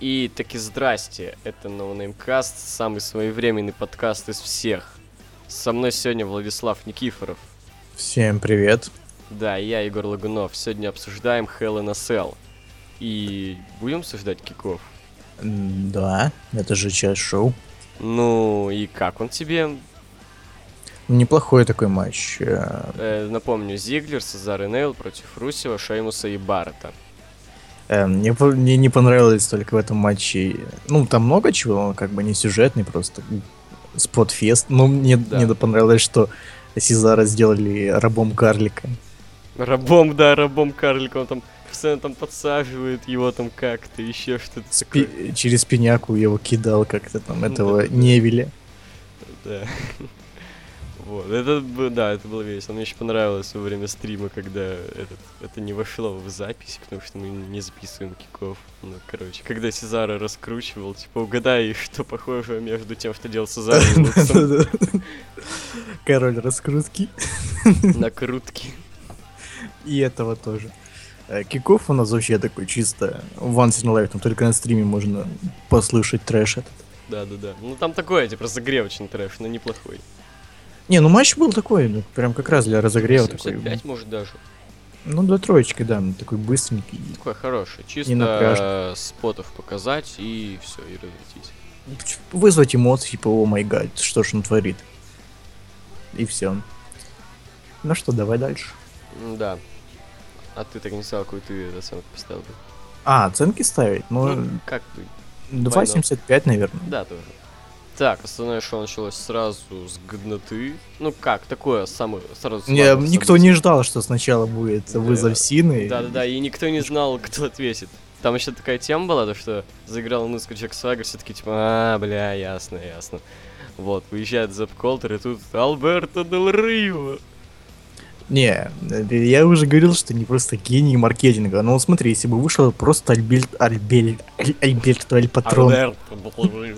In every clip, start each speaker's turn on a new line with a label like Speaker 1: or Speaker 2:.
Speaker 1: И таки здрасте, это NoNameCast, самый своевременный подкаст из всех. Со мной сегодня Владислав Никифоров.
Speaker 2: Всем привет.
Speaker 1: Да, и я Егор Лагунов. Сегодня обсуждаем Hell in a Cell. И будем обсуждать киков?
Speaker 2: М, Да, это же часть шоу.
Speaker 1: Ну, и как он тебе?
Speaker 2: Неплохой такой матч. Э,
Speaker 1: Э, напомню, Зиглер, Сезар и Нейл против Русева, Шеймуса и Баррета.
Speaker 2: э, Мне, по- мне не понравилось только в этом матче. Ну, там много чего, он как бы не сюжетный, просто спотфест. Но мне,
Speaker 1: Да.
Speaker 2: мне понравилось, что Сезара сделали рабом карлика.
Speaker 1: Рабом, да, рабом карлик, он там постоянно там подсаживает его там как-то, еще что-то
Speaker 2: Спи- через пеняку его кидал как-то там
Speaker 1: Ну,
Speaker 2: этого
Speaker 1: да, да.
Speaker 2: невеля.
Speaker 1: Да. Вот, это, б- да, это было весело. Мне еще понравилось во время стрима, когда этот, это не вошло в запись, потому что мы не записываем киков. Ну, короче, когда Сезара раскручивал, типа, угадай, что похожего между тем, что делал Сезар и Луксом
Speaker 2: Король раскрутки.
Speaker 1: на крутке.
Speaker 2: И этого тоже. Э, Киков у нас вообще такой чисто once in a life, там только на стриме можно послушать трэш этот.
Speaker 1: Да-да-да. Ну, там такое, типа, разогревочный трэш, но неплохой.
Speaker 2: Не, ну матч был такой, ну, прям как раз для разогрева такой.
Speaker 1: 75, может, даже.
Speaker 2: Ну, до троечки, да, ну, такой быстренький.
Speaker 1: Такое хорошее.
Speaker 2: напряжно.
Speaker 1: Чисто э, спотов показать и все, и разойтись.
Speaker 2: Вызвать эмоции, типа, о май гад, что ж он творит. И все. Ну что, давай дальше.
Speaker 1: Да. А ты так не сказал, какую ты оценку поставил бы?
Speaker 2: А, оценки ставить? Ну,
Speaker 1: Ну, как бы,
Speaker 2: 2.75, наверное.
Speaker 1: да, тоже. Так, основное шоу началось сразу с годноты. Ну как, такое самое сразу с
Speaker 2: Не,
Speaker 1: важных
Speaker 2: никто не
Speaker 1: событий.
Speaker 2: ждал, что сначала будет
Speaker 1: Да.
Speaker 2: вызов Сины.
Speaker 1: Да-да-да, и никто не знал, кто ответит. Там еще такая тема была, то что заиграл музыка Джек Свагер, все таки типа, а, бля, ясно, ясно. Вот, выезжает Зеп Колтер, и тут Алберто Дел Рио.
Speaker 2: Не, э, я уже говорил, что не просто гений маркетинга. Но вот смотри, если бы вышел просто Альберт, Альберт, Аль- Альберто Эль Патрон,
Speaker 1: Альберто Дел Рио.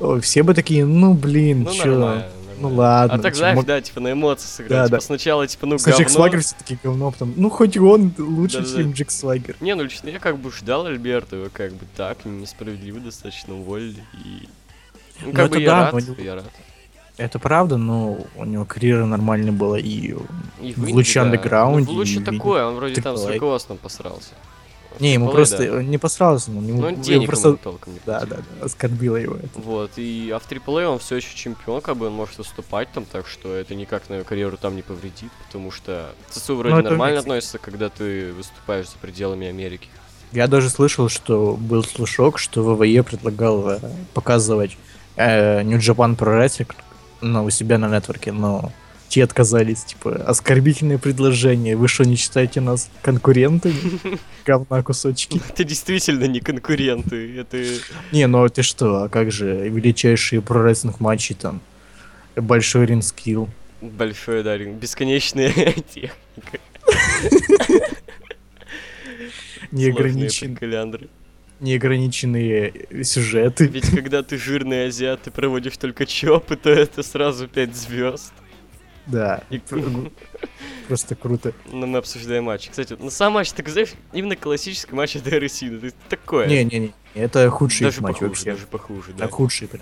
Speaker 2: о, все бы такие, ну блин,
Speaker 1: Ну,
Speaker 2: чё.
Speaker 1: нормально,
Speaker 2: Ну
Speaker 1: нормально.
Speaker 2: ладно.
Speaker 1: А так,
Speaker 2: чё,
Speaker 1: знаешь,
Speaker 2: мог-
Speaker 1: да, типа на эмоции
Speaker 2: Да,
Speaker 1: сыграть. Типа
Speaker 2: да.
Speaker 1: сначала, типа, ну
Speaker 2: Кстати, Джек
Speaker 1: говно.
Speaker 2: Свагер все-таки говно, потом, ну хоть и он лучше,
Speaker 1: Да-да-да.
Speaker 2: чем Джек Свагер.
Speaker 1: Не, ну лично я как бы ждал Альберта, его как бы так, ну, несправедливо достаточно уволили, и... Ну,
Speaker 2: Ну,
Speaker 1: как бы
Speaker 2: это
Speaker 1: я
Speaker 2: да,
Speaker 1: рад,
Speaker 2: но не-
Speaker 1: я рад.
Speaker 2: Это правда, но у него карьера нормальная была, и
Speaker 1: И
Speaker 2: в луче
Speaker 1: да.
Speaker 2: андеграунде
Speaker 1: Ну, в луче
Speaker 2: и в
Speaker 1: такое, он вроде там с
Speaker 2: AAA.
Speaker 1: руководством посрался.
Speaker 2: не, ему
Speaker 1: Ой,
Speaker 2: просто
Speaker 1: да.
Speaker 2: не посрался, но
Speaker 1: Ну,
Speaker 2: ему,
Speaker 1: он
Speaker 2: его
Speaker 1: денег ему
Speaker 2: просто...
Speaker 1: толком не
Speaker 2: Да,
Speaker 1: платили.
Speaker 2: да, да, оскорбило его это.
Speaker 1: Вот, и, а в AAA он все еще чемпион, как бы он может выступать там, так что это никак на его карьеру там не повредит, потому что ЦСУ вроде
Speaker 2: Ну, это
Speaker 1: нормально
Speaker 2: Мексика.
Speaker 1: относится, когда ты выступаешь за пределами Америки.
Speaker 2: Я даже слышал, что был слушок, что ВВЕ предлагал э, показывать э, New Japan Pro Wrestling ну, у себя на нетворке, но те отказались, типа, оскорбительное предложение, вы что, не считаете нас конкурентами? Говна кусочки.
Speaker 1: Это действительно не конкуренты, это...
Speaker 2: Не, ну а ты что, а как же величайшие прорестлинг матчи там? Большой ринскилл.
Speaker 1: Большой, да, ринг. бесконечная техника. Сложные
Speaker 2: Неограничен...
Speaker 1: прокаляндры.
Speaker 2: Неограниченные сюжеты.
Speaker 1: Ведь когда ты жирный азиат, ты проводишь только чопы, то это сразу 5 звезд.
Speaker 2: Да,
Speaker 1: И-
Speaker 2: просто круто.
Speaker 1: Но мы обсуждаем матч. Кстати, ну сам матч, так знаешь, именно классический матч от Эресина. Это такое.
Speaker 2: Не-не-не, это худший
Speaker 1: даже
Speaker 2: матч
Speaker 1: похуже,
Speaker 2: вообще.
Speaker 1: даже похуже, да.
Speaker 2: Так худшие прям.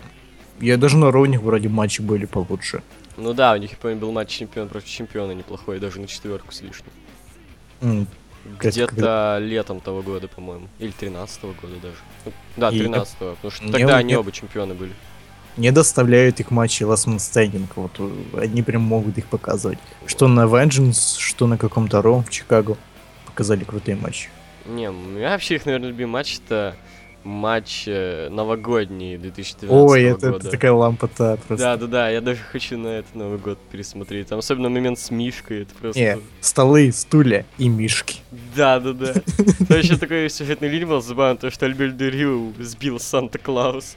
Speaker 2: Я даже на ровнях вроде матчи были получше.
Speaker 1: Ну да, у них, я помню, был матч чемпион против чемпиона неплохой, даже на четверку с лишним.
Speaker 2: М, Как-
Speaker 1: Где-то
Speaker 2: когда-
Speaker 1: летом того года, по-моему. Или 13-го года даже. Ну, Да,
Speaker 2: И-
Speaker 1: 13-го, потому что
Speaker 2: Не,
Speaker 1: тогда
Speaker 2: у
Speaker 1: они
Speaker 2: меня-
Speaker 1: оба чемпионы были.
Speaker 2: Не доставляют их матчи Last Man Standing. Вот э, они прям могут их показывать. Что на Vengeance, что на каком-то Ро в Чикаго. Показали крутые матчи.
Speaker 1: Не, у меня вообще их, наверное, любимый матч это матч э, новогодний 2012
Speaker 2: Ой, это, это
Speaker 1: года.
Speaker 2: такая лампа-то просто.
Speaker 1: Да, да, да, я даже хочу на этот Новый год пересмотреть. Там особенно момент с Мишкой, это просто...
Speaker 2: Не, столы, стулья и мишки.
Speaker 1: Да, да, да. Там еще такой сюжетный линия был забавный, то, что Альберт Дюрю сбил Санта-Клаус.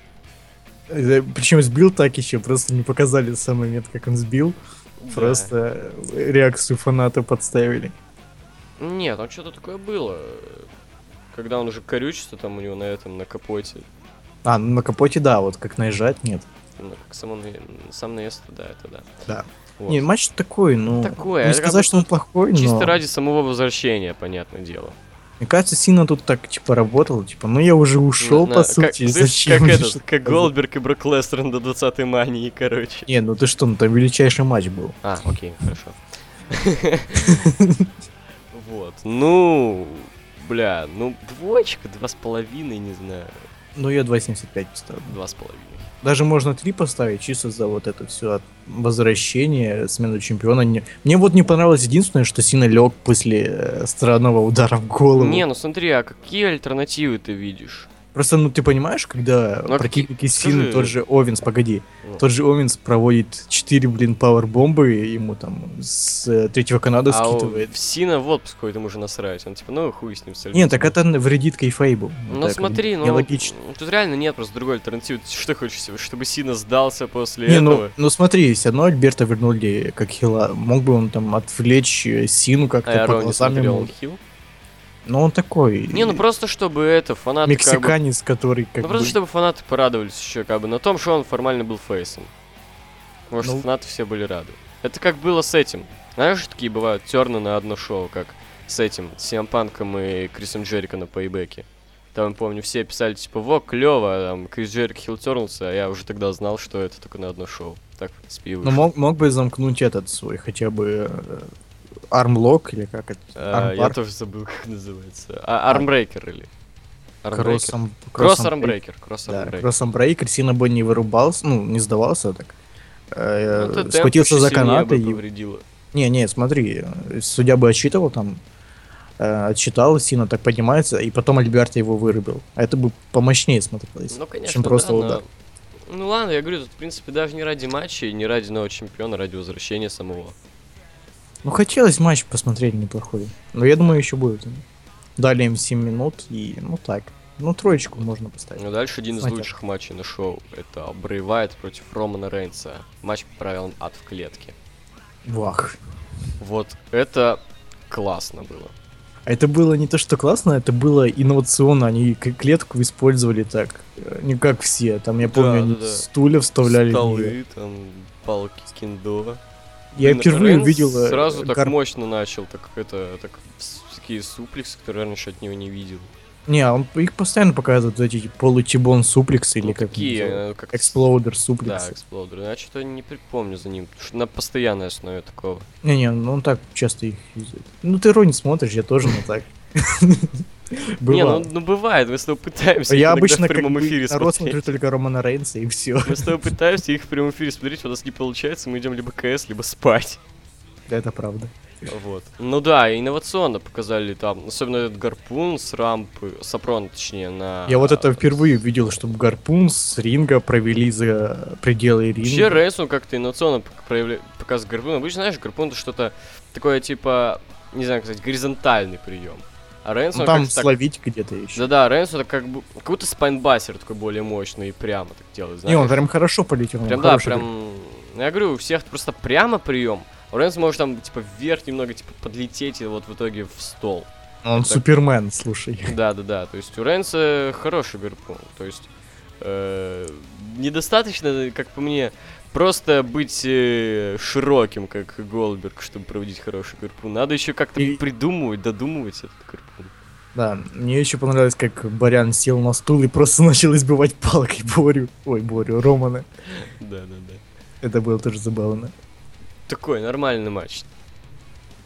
Speaker 2: Э, Причем сбил так еще, просто не показали сам момент, как он сбил.
Speaker 1: Да.
Speaker 2: Просто э, реакцию фаната подставили.
Speaker 1: Нет, там что-то такое было. э, Когда он уже корючится там у него на этом, на капоте.
Speaker 2: А, ну на капоте да, вот как наезжать, нет.
Speaker 1: Ну, как сам, он, сам наезд, да, это да.
Speaker 2: Да.
Speaker 1: Вот.
Speaker 2: Не, матч такой, ну...
Speaker 1: Такое,
Speaker 2: Не
Speaker 1: это как
Speaker 2: сказать,
Speaker 1: бы
Speaker 2: что он плохой, но...
Speaker 1: Чисто ради самого возвращения, понятное дело.
Speaker 2: Мне кажется, Сина тут так, типа, работал, типа, ну я уже ушел,
Speaker 1: На-
Speaker 2: по
Speaker 1: на-
Speaker 2: сути,
Speaker 1: как, знаешь,
Speaker 2: зачем
Speaker 1: Как,
Speaker 2: мне
Speaker 1: этот,
Speaker 2: что-то
Speaker 1: как
Speaker 2: показывать?
Speaker 1: Голдберг и Брок Лестер до 20-й мании, короче.
Speaker 2: Не, ну ты что, ну там величайший матч был.
Speaker 1: А, окей, хорошо. Вот, ну, бля, ну, двоечка, два с половиной, не знаю,
Speaker 2: Ну я 2.75 поставлю.
Speaker 1: два с половиной.
Speaker 2: Даже можно 3 поставить, чисто за вот это все возвращение, смену чемпиона. Не- Мне вот не понравилось единственное, что Сина лег после э, странного удара в голову.
Speaker 1: Не, ну смотри, а какие альтернативы ты видишь?
Speaker 2: Просто, ну ты понимаешь, когда
Speaker 1: Ну, а
Speaker 2: противники
Speaker 1: какие-
Speaker 2: Сины,
Speaker 1: скажи-
Speaker 2: тот же Овенс, погоди,
Speaker 1: Ну.
Speaker 2: тот же Овенс проводит 4, блин, пауэрбомбы, и ему там с э, третьего канада
Speaker 1: а у
Speaker 2: скидывает.
Speaker 1: Сина в отпуск ходит, ему же насрать. Он типа, ну хуй с ним сольется.
Speaker 2: Не, так это вредит Кейфейбу.
Speaker 1: Ну смотри, ну
Speaker 2: Нелогично.
Speaker 1: тут реально нет просто другой альтернативы. Ты Что хочешь себе, чтобы Сина сдался после
Speaker 2: Не,
Speaker 1: этого?
Speaker 2: ну, ну смотри, все равно Альберта вернули как хила. Мог бы он там отвлечь э, Сину
Speaker 1: а
Speaker 2: как-то
Speaker 1: я
Speaker 2: по
Speaker 1: Ро не
Speaker 2: глазам
Speaker 1: смотрел,
Speaker 2: ему.
Speaker 1: он хил.
Speaker 2: Но он такой.
Speaker 1: Не, ну просто чтобы это фанаты как бы...
Speaker 2: Мексиканец, который как
Speaker 1: Ну просто
Speaker 2: бы...
Speaker 1: чтобы фанаты порадовались еще как бы на том, что он формально был фейсом. Может,
Speaker 2: Ну.
Speaker 1: фанаты все были рады. Это как было с этим. Знаешь, такие бывают терны на одно шоу, как с этим, с Сиам Панком и Крисом Джерика на пейбеке. Там, помню, все писали, типа, во, клево, там, Крис Джерик хил тернулся, а я уже тогда знал, что это только на одно шоу. Так, спи
Speaker 2: Ну мог, мог бы замкнуть этот свой хотя бы э, армлок или как это?
Speaker 1: А, Э, я
Speaker 2: армбар?
Speaker 1: тоже забыл, как называется. А, армбрейкер или? Армбрейкер.
Speaker 2: Кроссом-
Speaker 1: Кросс
Speaker 2: кроссом-
Speaker 1: армбрейкер. Кросс
Speaker 2: Да,
Speaker 1: армбрейкер.
Speaker 2: кроссом брейкер. Сина бы не вырубался, ну, не сдавался так. Э,
Speaker 1: Ну, это темп
Speaker 2: схватился
Speaker 1: еще
Speaker 2: за
Speaker 1: сильнее
Speaker 2: канаты
Speaker 1: бы
Speaker 2: и
Speaker 1: повредило.
Speaker 2: Не, не, смотри, э, судья бы отчитывал там, э, отчитал, Сина так поднимается, и потом Альберта его вырубил. А это бы помощнее смотрелось,
Speaker 1: Ну, конечно,
Speaker 2: чем просто
Speaker 1: да, но-
Speaker 2: удар.
Speaker 1: Ну ладно, я говорю, тут, в принципе, даже не ради матча и не ради нового чемпиона, ради возвращения самого.
Speaker 2: Ну, хотелось матч посмотреть неплохой. Но я думаю, еще будет. Дали им 7 минут, и ну так. Ну, троечку можно поставить.
Speaker 1: Ну, дальше один из
Speaker 2: Смотрел.
Speaker 1: лучших матчей на шоу. Это Брэй Вайт против Романа Рейнса. Матч по правилам ад в клетке.
Speaker 2: Вах.
Speaker 1: Вот это классно было.
Speaker 2: А Это было не то, что классно, это было инновационно. Они к- клетку использовали так, э, не как все. Там, я
Speaker 1: Да,
Speaker 2: помню,
Speaker 1: да,
Speaker 2: они
Speaker 1: да.
Speaker 2: стулья вставляли. в неё.
Speaker 1: Столы, там, палки киндо.
Speaker 2: Я
Speaker 1: Блин,
Speaker 2: впервые
Speaker 1: Рейнс
Speaker 2: увидел... э,
Speaker 1: Сразу так
Speaker 2: гар-
Speaker 1: мощно начал, так это, так с- такие суплексы, которые я раньше от него не видел.
Speaker 2: Не, а он их постоянно показывает, эти полутибон суплексы или
Speaker 1: Ну,
Speaker 2: как
Speaker 1: такие,
Speaker 2: они
Speaker 1: э, как
Speaker 2: называют. Эксплоудер
Speaker 1: Да,
Speaker 2: суплексы.
Speaker 1: эксплодеры. Я что-то не припомню за ним, потому что на постоянной основе такого.
Speaker 2: Не-не, ну он так часто их юзает. Ну ты Ро не смотришь, я тоже на так.
Speaker 1: Не,
Speaker 2: Бывало.
Speaker 1: ну, ну бывает, мы с тобой пытаемся.
Speaker 2: Я
Speaker 1: иногда
Speaker 2: обычно
Speaker 1: в
Speaker 2: как
Speaker 1: прямом
Speaker 2: бы
Speaker 1: эфире
Speaker 2: на Ро
Speaker 1: смотреть.
Speaker 2: смотрю только Романа Рейнса и все.
Speaker 1: Мы с тобой пытаемся их в прямом эфире смотреть, у нас не получается, мы идем либо КС, либо спать.
Speaker 2: Это правда.
Speaker 1: Вот. Ну да, и инновационно показали там, особенно этот гарпун с рампы, сапрон, точнее, на...
Speaker 2: Я вот это впервые видел, чтобы гарпун с ринга провели за э, пределы
Speaker 1: Вообще
Speaker 2: ринга.
Speaker 1: Рейс, он как-то инновационно пок- проявля- показывает гарпун. Обычно, знаешь, гарпун это что-то такое, типа, не знаю, как сказать, горизонтальный прием. А Рейнс,
Speaker 2: Ну,
Speaker 1: он
Speaker 2: там
Speaker 1: как-то так
Speaker 2: словить где-то еще.
Speaker 1: Да-да, Рейнс это как бы как будто спайнбасер такой более мощный и прямо так делает, знаешь.
Speaker 2: Не, он прям хорошо полетел. он
Speaker 1: прям, да,
Speaker 2: хороший гарпун.
Speaker 1: прям... Ну, Я говорю, у всех просто прямо прием. У Рейнса может там, типа, вверх немного, типа, подлететь и вот в итоге в стол.
Speaker 2: Он
Speaker 1: так.
Speaker 2: супермен, слушай.
Speaker 1: Да-да-да, то есть у Рейнса хороший гарпун. То есть э, недостаточно, как по мне, просто быть э, широким, как Голдберг, чтобы проводить хороший гарпун. Надо еще как-то
Speaker 2: И-
Speaker 1: придумывать, додумывать этот гарпун.
Speaker 2: Да, мне еще понравилось, как Барян сел на стул и просто начал избивать палкой Борю. Ой, Борю, Романа.
Speaker 1: Да-да-да.
Speaker 2: Это было тоже забавно.
Speaker 1: Такой нормальный матч.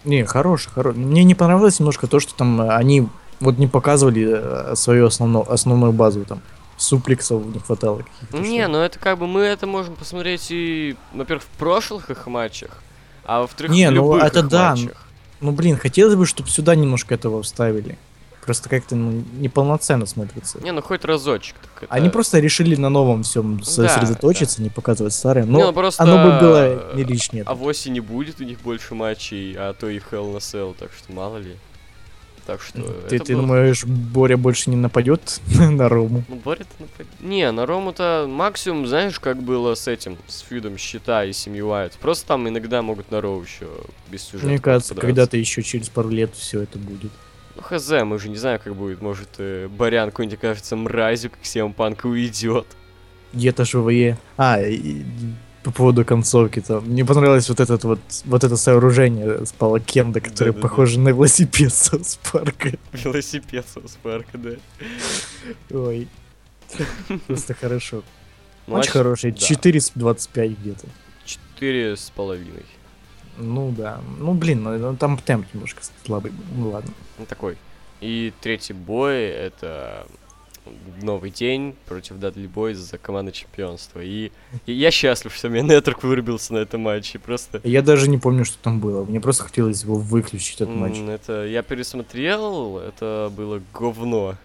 Speaker 2: Не, хороший, хороший. Мне не понравилось немножко то, что там э, они вот не показывали э, свою основную, основную базу там. Суплексов не хватало каких-то.
Speaker 1: Не, ну это как бы мы это можем посмотреть и, во-первых, в прошлых их матчах, а во-вторых,
Speaker 2: Не,
Speaker 1: в
Speaker 2: ну
Speaker 1: любых
Speaker 2: это
Speaker 1: их
Speaker 2: да,
Speaker 1: матчах.
Speaker 2: Ну блин, хотелось бы, чтобы сюда немножко этого вставили. Просто как-то ну, неполноценно смотрится.
Speaker 1: Не, ну хоть разочек. так это-
Speaker 2: Они просто решили на новом всем сосредоточиться, не показывать старое. Но
Speaker 1: Не, ну просто,
Speaker 2: оно бы было не
Speaker 1: э,
Speaker 2: лишнее.
Speaker 1: А вовсе не будет у них больше матчей, а то и Hell на Cell, так что мало ли. Так что э,
Speaker 2: Ты,
Speaker 1: это
Speaker 2: ты
Speaker 1: было-
Speaker 2: думаешь, Боря больше не нападет на Рому?
Speaker 1: Ну, Боря Не, на Рому-то максимум, знаешь, как было с этим, с фьюдом Щита и Семьи Уайт. Просто там иногда могут на Роу еще без сюжета
Speaker 2: Мне кажется,
Speaker 1: подраться.
Speaker 2: когда-то еще через пару лет все это будет.
Speaker 1: Ну, хз, мы же не знаем, как будет. Может, э, Барян какой-нибудь окажется мразью, как Сиам Панк и уйдет.
Speaker 2: Где-то же ВВЕ. А, и- и по поводу концовки там. Мне понравилось вот этот вот, вот это сооружение с Палакенда, которое
Speaker 1: Да-да-да.
Speaker 2: похоже на велосипед с парка.
Speaker 1: Велосипед с парка, да.
Speaker 2: Ой. Просто хорошо.
Speaker 1: Матч
Speaker 2: Очень хороший.
Speaker 1: Ну, а да.
Speaker 2: 4 с 25 где-то.
Speaker 1: Четыре с половиной.
Speaker 2: Ну да. Ну блин, ну, ну, там темп немножко слабый. был. Ну ладно.
Speaker 1: Ну, такой. И третий бой — это новый день против Дадли Бой за команду чемпионства. И, и я счастлив, что у меня нетворк вырубился на этом матче. Просто
Speaker 2: Я даже не помню, что там было. Мне просто хотелось его выключить, этот
Speaker 1: м,
Speaker 2: матч.
Speaker 1: это я пересмотрел, это было говно.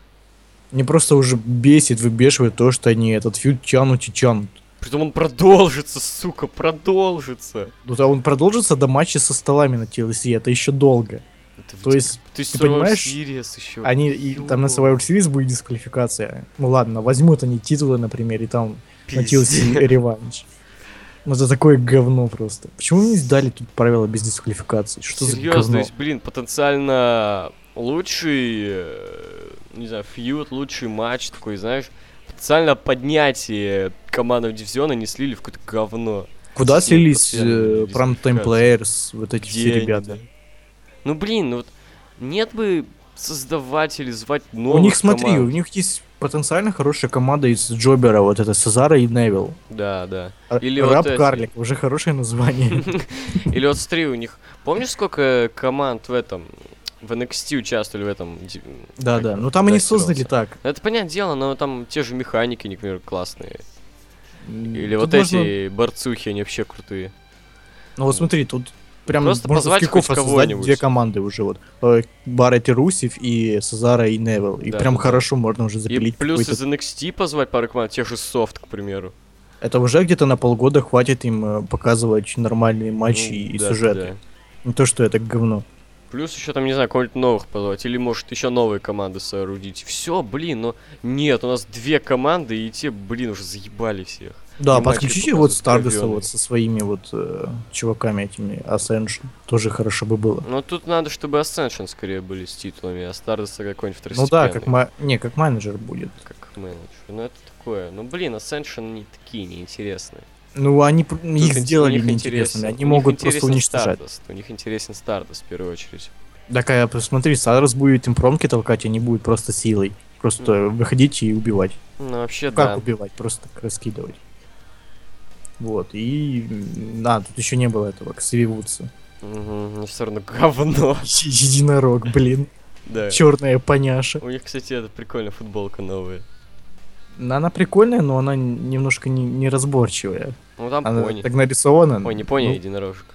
Speaker 2: Мне просто уже бесит, выбешивает то, что они этот фьюд тянут и тянут.
Speaker 1: Притом он продолжится, сука, продолжится.
Speaker 2: Ну, а он продолжится до матча со столами на TLC, это еще долго.
Speaker 1: Это
Speaker 2: То есть,
Speaker 1: то есть
Speaker 2: ты
Speaker 1: Survivor
Speaker 2: понимаешь,
Speaker 1: Series еще.
Speaker 2: они и там на Survivor Series будет дисквалификация. Ну ладно, возьмут они титулы, например, и там на TLC
Speaker 1: Пиздец.
Speaker 2: реванш. Ну это такое говно просто. Почему не сдали тут правила без дисквалификации? Что за
Speaker 1: Серьезно, то
Speaker 2: говно?
Speaker 1: есть, блин, потенциально лучший, э, не знаю, фьюд, лучший матч такой, знаешь, потенциально поднятие командного дивизиона не слили в какое-то говно.
Speaker 2: Куда
Speaker 1: Все
Speaker 2: слились
Speaker 1: постоянно без
Speaker 2: прям Time Players, вот эти
Speaker 1: Где
Speaker 2: все
Speaker 1: они,
Speaker 2: ребята?
Speaker 1: да? Ну, блин, ну вот нет бы создавателей звать новых
Speaker 2: у них, смотри,
Speaker 1: команд.
Speaker 2: у них есть потенциально хорошая команда из Джобера, вот это Сезара и Невил.
Speaker 1: Да, да.
Speaker 2: Р-
Speaker 1: Или вот
Speaker 2: Раб
Speaker 1: эти.
Speaker 2: Карлик, уже хорошее название.
Speaker 1: Или вот смотри, у них... Помнишь, сколько команд в этом... В NXT участвовали в этом... ди-
Speaker 2: Да,
Speaker 1: как
Speaker 2: да.
Speaker 1: его,
Speaker 2: Ну там они
Speaker 1: ростере?
Speaker 2: создали так.
Speaker 1: Ну, Это понятное дело, но там те же механики, например, классные. Или
Speaker 2: Тут
Speaker 1: вот
Speaker 2: можно-
Speaker 1: эти борцухи, они вообще крутые.
Speaker 2: Ну вот смотри, тут прям
Speaker 1: Просто
Speaker 2: можно с
Speaker 1: позвать
Speaker 2: кикоффа
Speaker 1: хоть
Speaker 2: создать
Speaker 1: кого-нибудь.
Speaker 2: две команды уже вот. Э, Барретт и Русев и Сезара и Невил. И
Speaker 1: Да,
Speaker 2: прям
Speaker 1: да, да.
Speaker 2: хорошо можно уже
Speaker 1: И
Speaker 2: запилить.
Speaker 1: плюс
Speaker 2: какой-то-
Speaker 1: из NXT позвать пару команд, тех же софт, к примеру.
Speaker 2: Это уже где-то на полгода хватит им э, показывать нормальные матчи
Speaker 1: Ну,
Speaker 2: и
Speaker 1: да,
Speaker 2: сюжеты.
Speaker 1: да.
Speaker 2: Не то, что это говно.
Speaker 1: Плюс еще там, не знаю, кого-нибудь новых позвать. Или, может, еще новые команды соорудить. Все, блин, но нет, у нас две команды, и те, блин, уже заебали всех.
Speaker 2: Да,
Speaker 1: И матчи
Speaker 2: подключите вот
Speaker 1: показывают
Speaker 2: Стардеста
Speaker 1: говёные.
Speaker 2: вот со своими вот э, чуваками этими, Ascension, тоже хорошо бы было.
Speaker 1: Но тут надо, чтобы Ascension скорее были с титулами, а Stardust какой-нибудь
Speaker 2: Ну
Speaker 1: второстепенный.
Speaker 2: да, как, ма- не, как менеджер будет.
Speaker 1: Как менеджер. Ну это такое. Ну блин, Ascension не такие неинтересные.
Speaker 2: Ну, они пр-
Speaker 1: Тут
Speaker 2: их
Speaker 1: ин- у
Speaker 2: сделали
Speaker 1: них
Speaker 2: неинтересными,
Speaker 1: интересен-
Speaker 2: они
Speaker 1: у них
Speaker 2: могут просто
Speaker 1: интересен
Speaker 2: уничтожать.
Speaker 1: Stardust, У них интересен Stardust в первую очередь.
Speaker 2: Так, а посмотри, Садрос будет им промки толкать, они будут просто силой. Просто выходить и убивать.
Speaker 1: Ну вообще
Speaker 2: Ну,
Speaker 1: да.
Speaker 2: Как убивать? Просто так раскидывать. Вот, и... м, Да, тут еще не было этого, Ксививудса.
Speaker 1: Мгм, но все равно говно.
Speaker 2: Е- Единорог, блин.
Speaker 1: Да.
Speaker 2: Черная поняша.
Speaker 1: У них, кстати, это прикольная футболка новая.
Speaker 2: Ну, Она прикольная, но она н- немножко не- неразборчивая.
Speaker 1: Ну там
Speaker 2: она
Speaker 1: пони.
Speaker 2: так нарисована.
Speaker 1: Ой, не пони, а
Speaker 2: ну,
Speaker 1: единорожек.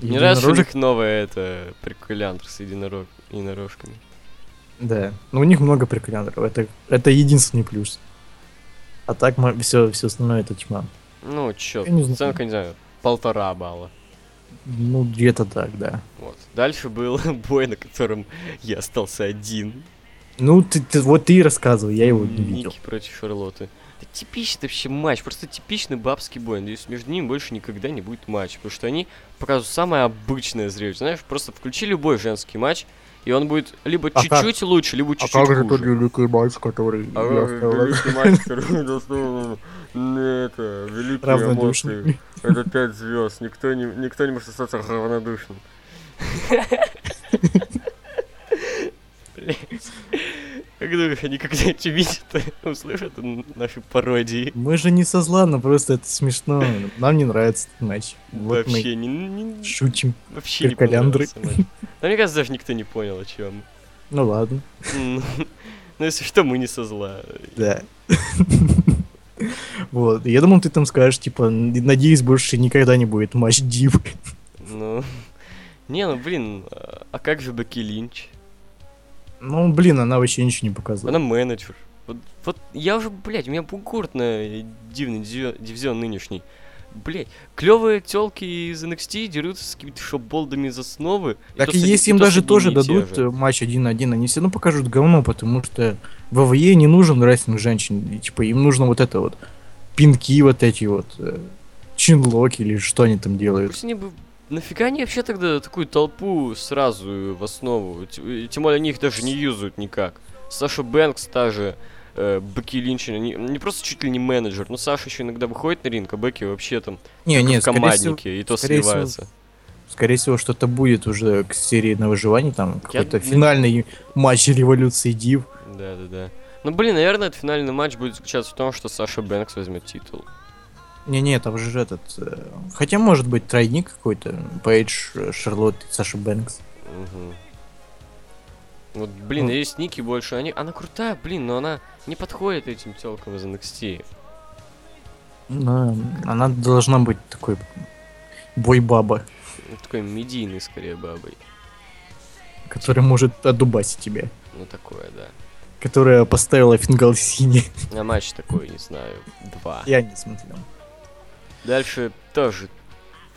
Speaker 1: Мне нравится, что у
Speaker 2: единорожек,
Speaker 1: них новая это приколянтр с единорог... единорожками.
Speaker 2: Да. Но у них много приколяндров. Это, это единственный плюс. А так все, все остальное это тьма.
Speaker 1: Ну, чё,
Speaker 2: Я не знаю.
Speaker 1: оценка, не знаю, полтора балла.
Speaker 2: Ну, где-то так, да.
Speaker 1: Вот. Дальше был бой, на котором я остался один.
Speaker 2: Ну, ты, ты- вот ты и рассказывай, я его не видел.
Speaker 1: Ники против Шарлотты. Это типичный вообще матч, просто типичный бабский бой. Надеюсь, между ними больше никогда не будет матча, потому что они показывают самое обычное зрелище. Знаешь, просто включи любой женский матч, и он будет либо
Speaker 2: А как-
Speaker 1: чуть-чуть лучше, либо чуть-чуть хуже.
Speaker 2: великий матч, который...
Speaker 1: А как великий матч, который достоин, ну, это, великие эмоции.
Speaker 2: Равнодушный.
Speaker 1: Это пять звезд. Никто не, никто не может остаться равнодушным. Блядь. Как думаешь, они когда-нибудь увидят, услышат наши пародии?
Speaker 2: Мы же не со зла, но просто это смешно. Нам не нравится этот матч. Вот мы
Speaker 1: вообще не, не-
Speaker 2: шутим.
Speaker 1: вообще не
Speaker 2: перкаляндры.
Speaker 1: понравился матч. Да мне кажется, даже никто не понял, о чем.
Speaker 2: Ну ладно,
Speaker 1: Ну, если что, мы не со зла.
Speaker 2: да. Вот, я думал, ты там скажешь, типа, «Н- надеюсь, больше никогда не будет матч Дип.
Speaker 1: Ну, не, ну блин, а а как же Бекки Линч?
Speaker 2: Ну, блин, она вообще ничего не
Speaker 1: Она
Speaker 2: показывала.
Speaker 1: менеджер. Вот, вот я уже, блядь, у меня бугурт на э, дивный дивизион, дивизион нынешний. Блять, клевые телки из NXT дерутся с какими-то шоболдами из основы.
Speaker 2: Так
Speaker 1: то
Speaker 2: и
Speaker 1: с одни-
Speaker 2: если им
Speaker 1: то с
Speaker 2: даже
Speaker 1: одними
Speaker 2: тоже
Speaker 1: и те
Speaker 2: дадут
Speaker 1: же.
Speaker 2: э, матч один на один, они все равно покажут говно, потому что в ВВЕ не нужен рестлинг женщин. И, типа, им нужно вот это вот, пинки вот эти вот, э, чинлоки или что они там делают.
Speaker 1: Пусть они бы... Нафига они вообще тогда такую толпу сразу в основу? Т- э, Тем более они их даже не юзают никак. Саша Бэнкс та же. э, Бекки Линч, они, не просто чуть ли не менеджер, но Саша еще иногда выходит на ринг, а Бекки вообще там
Speaker 2: Не, не, Э, скорее всего,
Speaker 1: командники, и то
Speaker 2: скорее всего,
Speaker 1: сливается.
Speaker 2: скорее всего, что-то будет уже к серии на выживание, там какой-то
Speaker 1: ну-
Speaker 2: финальный матч революции Див.
Speaker 1: Да, да, да. Ну, блин, наверное, этот финальный матч будет заключаться в том, что Саша Бэнкс возьмет титул.
Speaker 2: Не-не, там же этот... э, Хотя, может быть, тройник какой-то. Пейдж, э, Шарлотт и Саша Бэнкс.
Speaker 1: Мгм. Вот, блин,
Speaker 2: Ну.
Speaker 1: есть Ники больше. Они, она крутая, блин, но она не подходит этим телкам из NXT.
Speaker 2: Но она должна быть такой бой-баба,
Speaker 1: Ну, Такой медийный, скорее, бабой.
Speaker 2: которая может одубасить тебя.
Speaker 1: Ну, такое, да.
Speaker 2: Которая поставила фингал синий.
Speaker 1: А матч такой, не знаю, два.
Speaker 2: Я не смотрел.
Speaker 1: Дальше тоже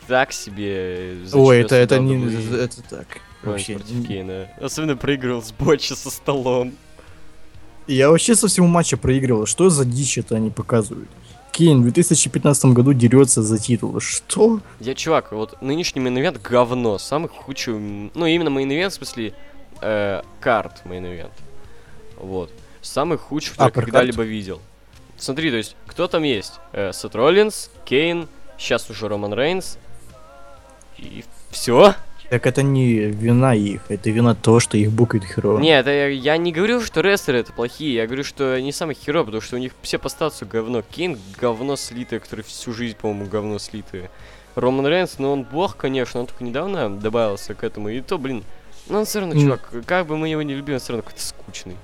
Speaker 1: так себе... э,
Speaker 2: Ой,
Speaker 1: зачёс
Speaker 2: это, это,
Speaker 1: WWE
Speaker 2: не,
Speaker 1: Роллинс
Speaker 2: это так. Вообще.
Speaker 1: против Кейна. Особенно проигрывал с Бочи со столом.
Speaker 2: Я вообще со всего матча проигрывал. Что за дичь это они показывают? Кейн в 2015 году дерется за титул. Что?
Speaker 1: Я, чувак, вот нынешний мейн говно. Самый худший... м, Ну, именно мейн в смысле, э, карт мейн Вот. Самый худший, который
Speaker 2: А, про
Speaker 1: когда-либо видел. Смотри, то есть, кто там есть? Э, Сет Роллинс, Кейн, сейчас уже Роман Рейнс. И все?
Speaker 2: Так это не вина их, это вина того, что их букает херово.
Speaker 1: Нет, я, я не говорю, что рестлеры это плохие, я говорю, что они самые херовые, потому что у них все по статусу говно. Кейн говно слитое, который всю жизнь, по-моему, говно слитое. Роман Рейнс, ну он бог, конечно, он только недавно добавился к этому, и то, блин, ну он все равно,
Speaker 2: М.
Speaker 1: чувак, как бы мы его не любили, он все равно какой-то скучный.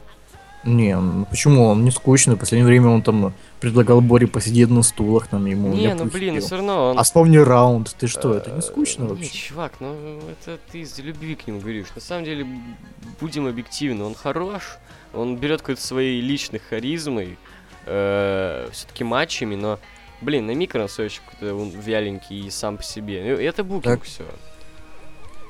Speaker 2: Не, ну почему? Он не скучный. В последнее время он там предлагал Боре посидеть на стулах, там ему...
Speaker 1: не,
Speaker 2: я
Speaker 1: ну блин,
Speaker 2: похерел.
Speaker 1: все равно он...
Speaker 2: А вспомни раунд, ты что, это
Speaker 1: Э,
Speaker 2: не скучно
Speaker 1: не,
Speaker 2: вообще?
Speaker 1: чувак, ну это ты из любви к нему говоришь. На самом деле, б- будем объективны, он хорош, он берет какой-то своей личной харизмой, все-таки матчами, но, блин, на микро он всё ещё какой-то он вяленький и сам по себе. Ну, Это букинг
Speaker 2: Так,
Speaker 1: все.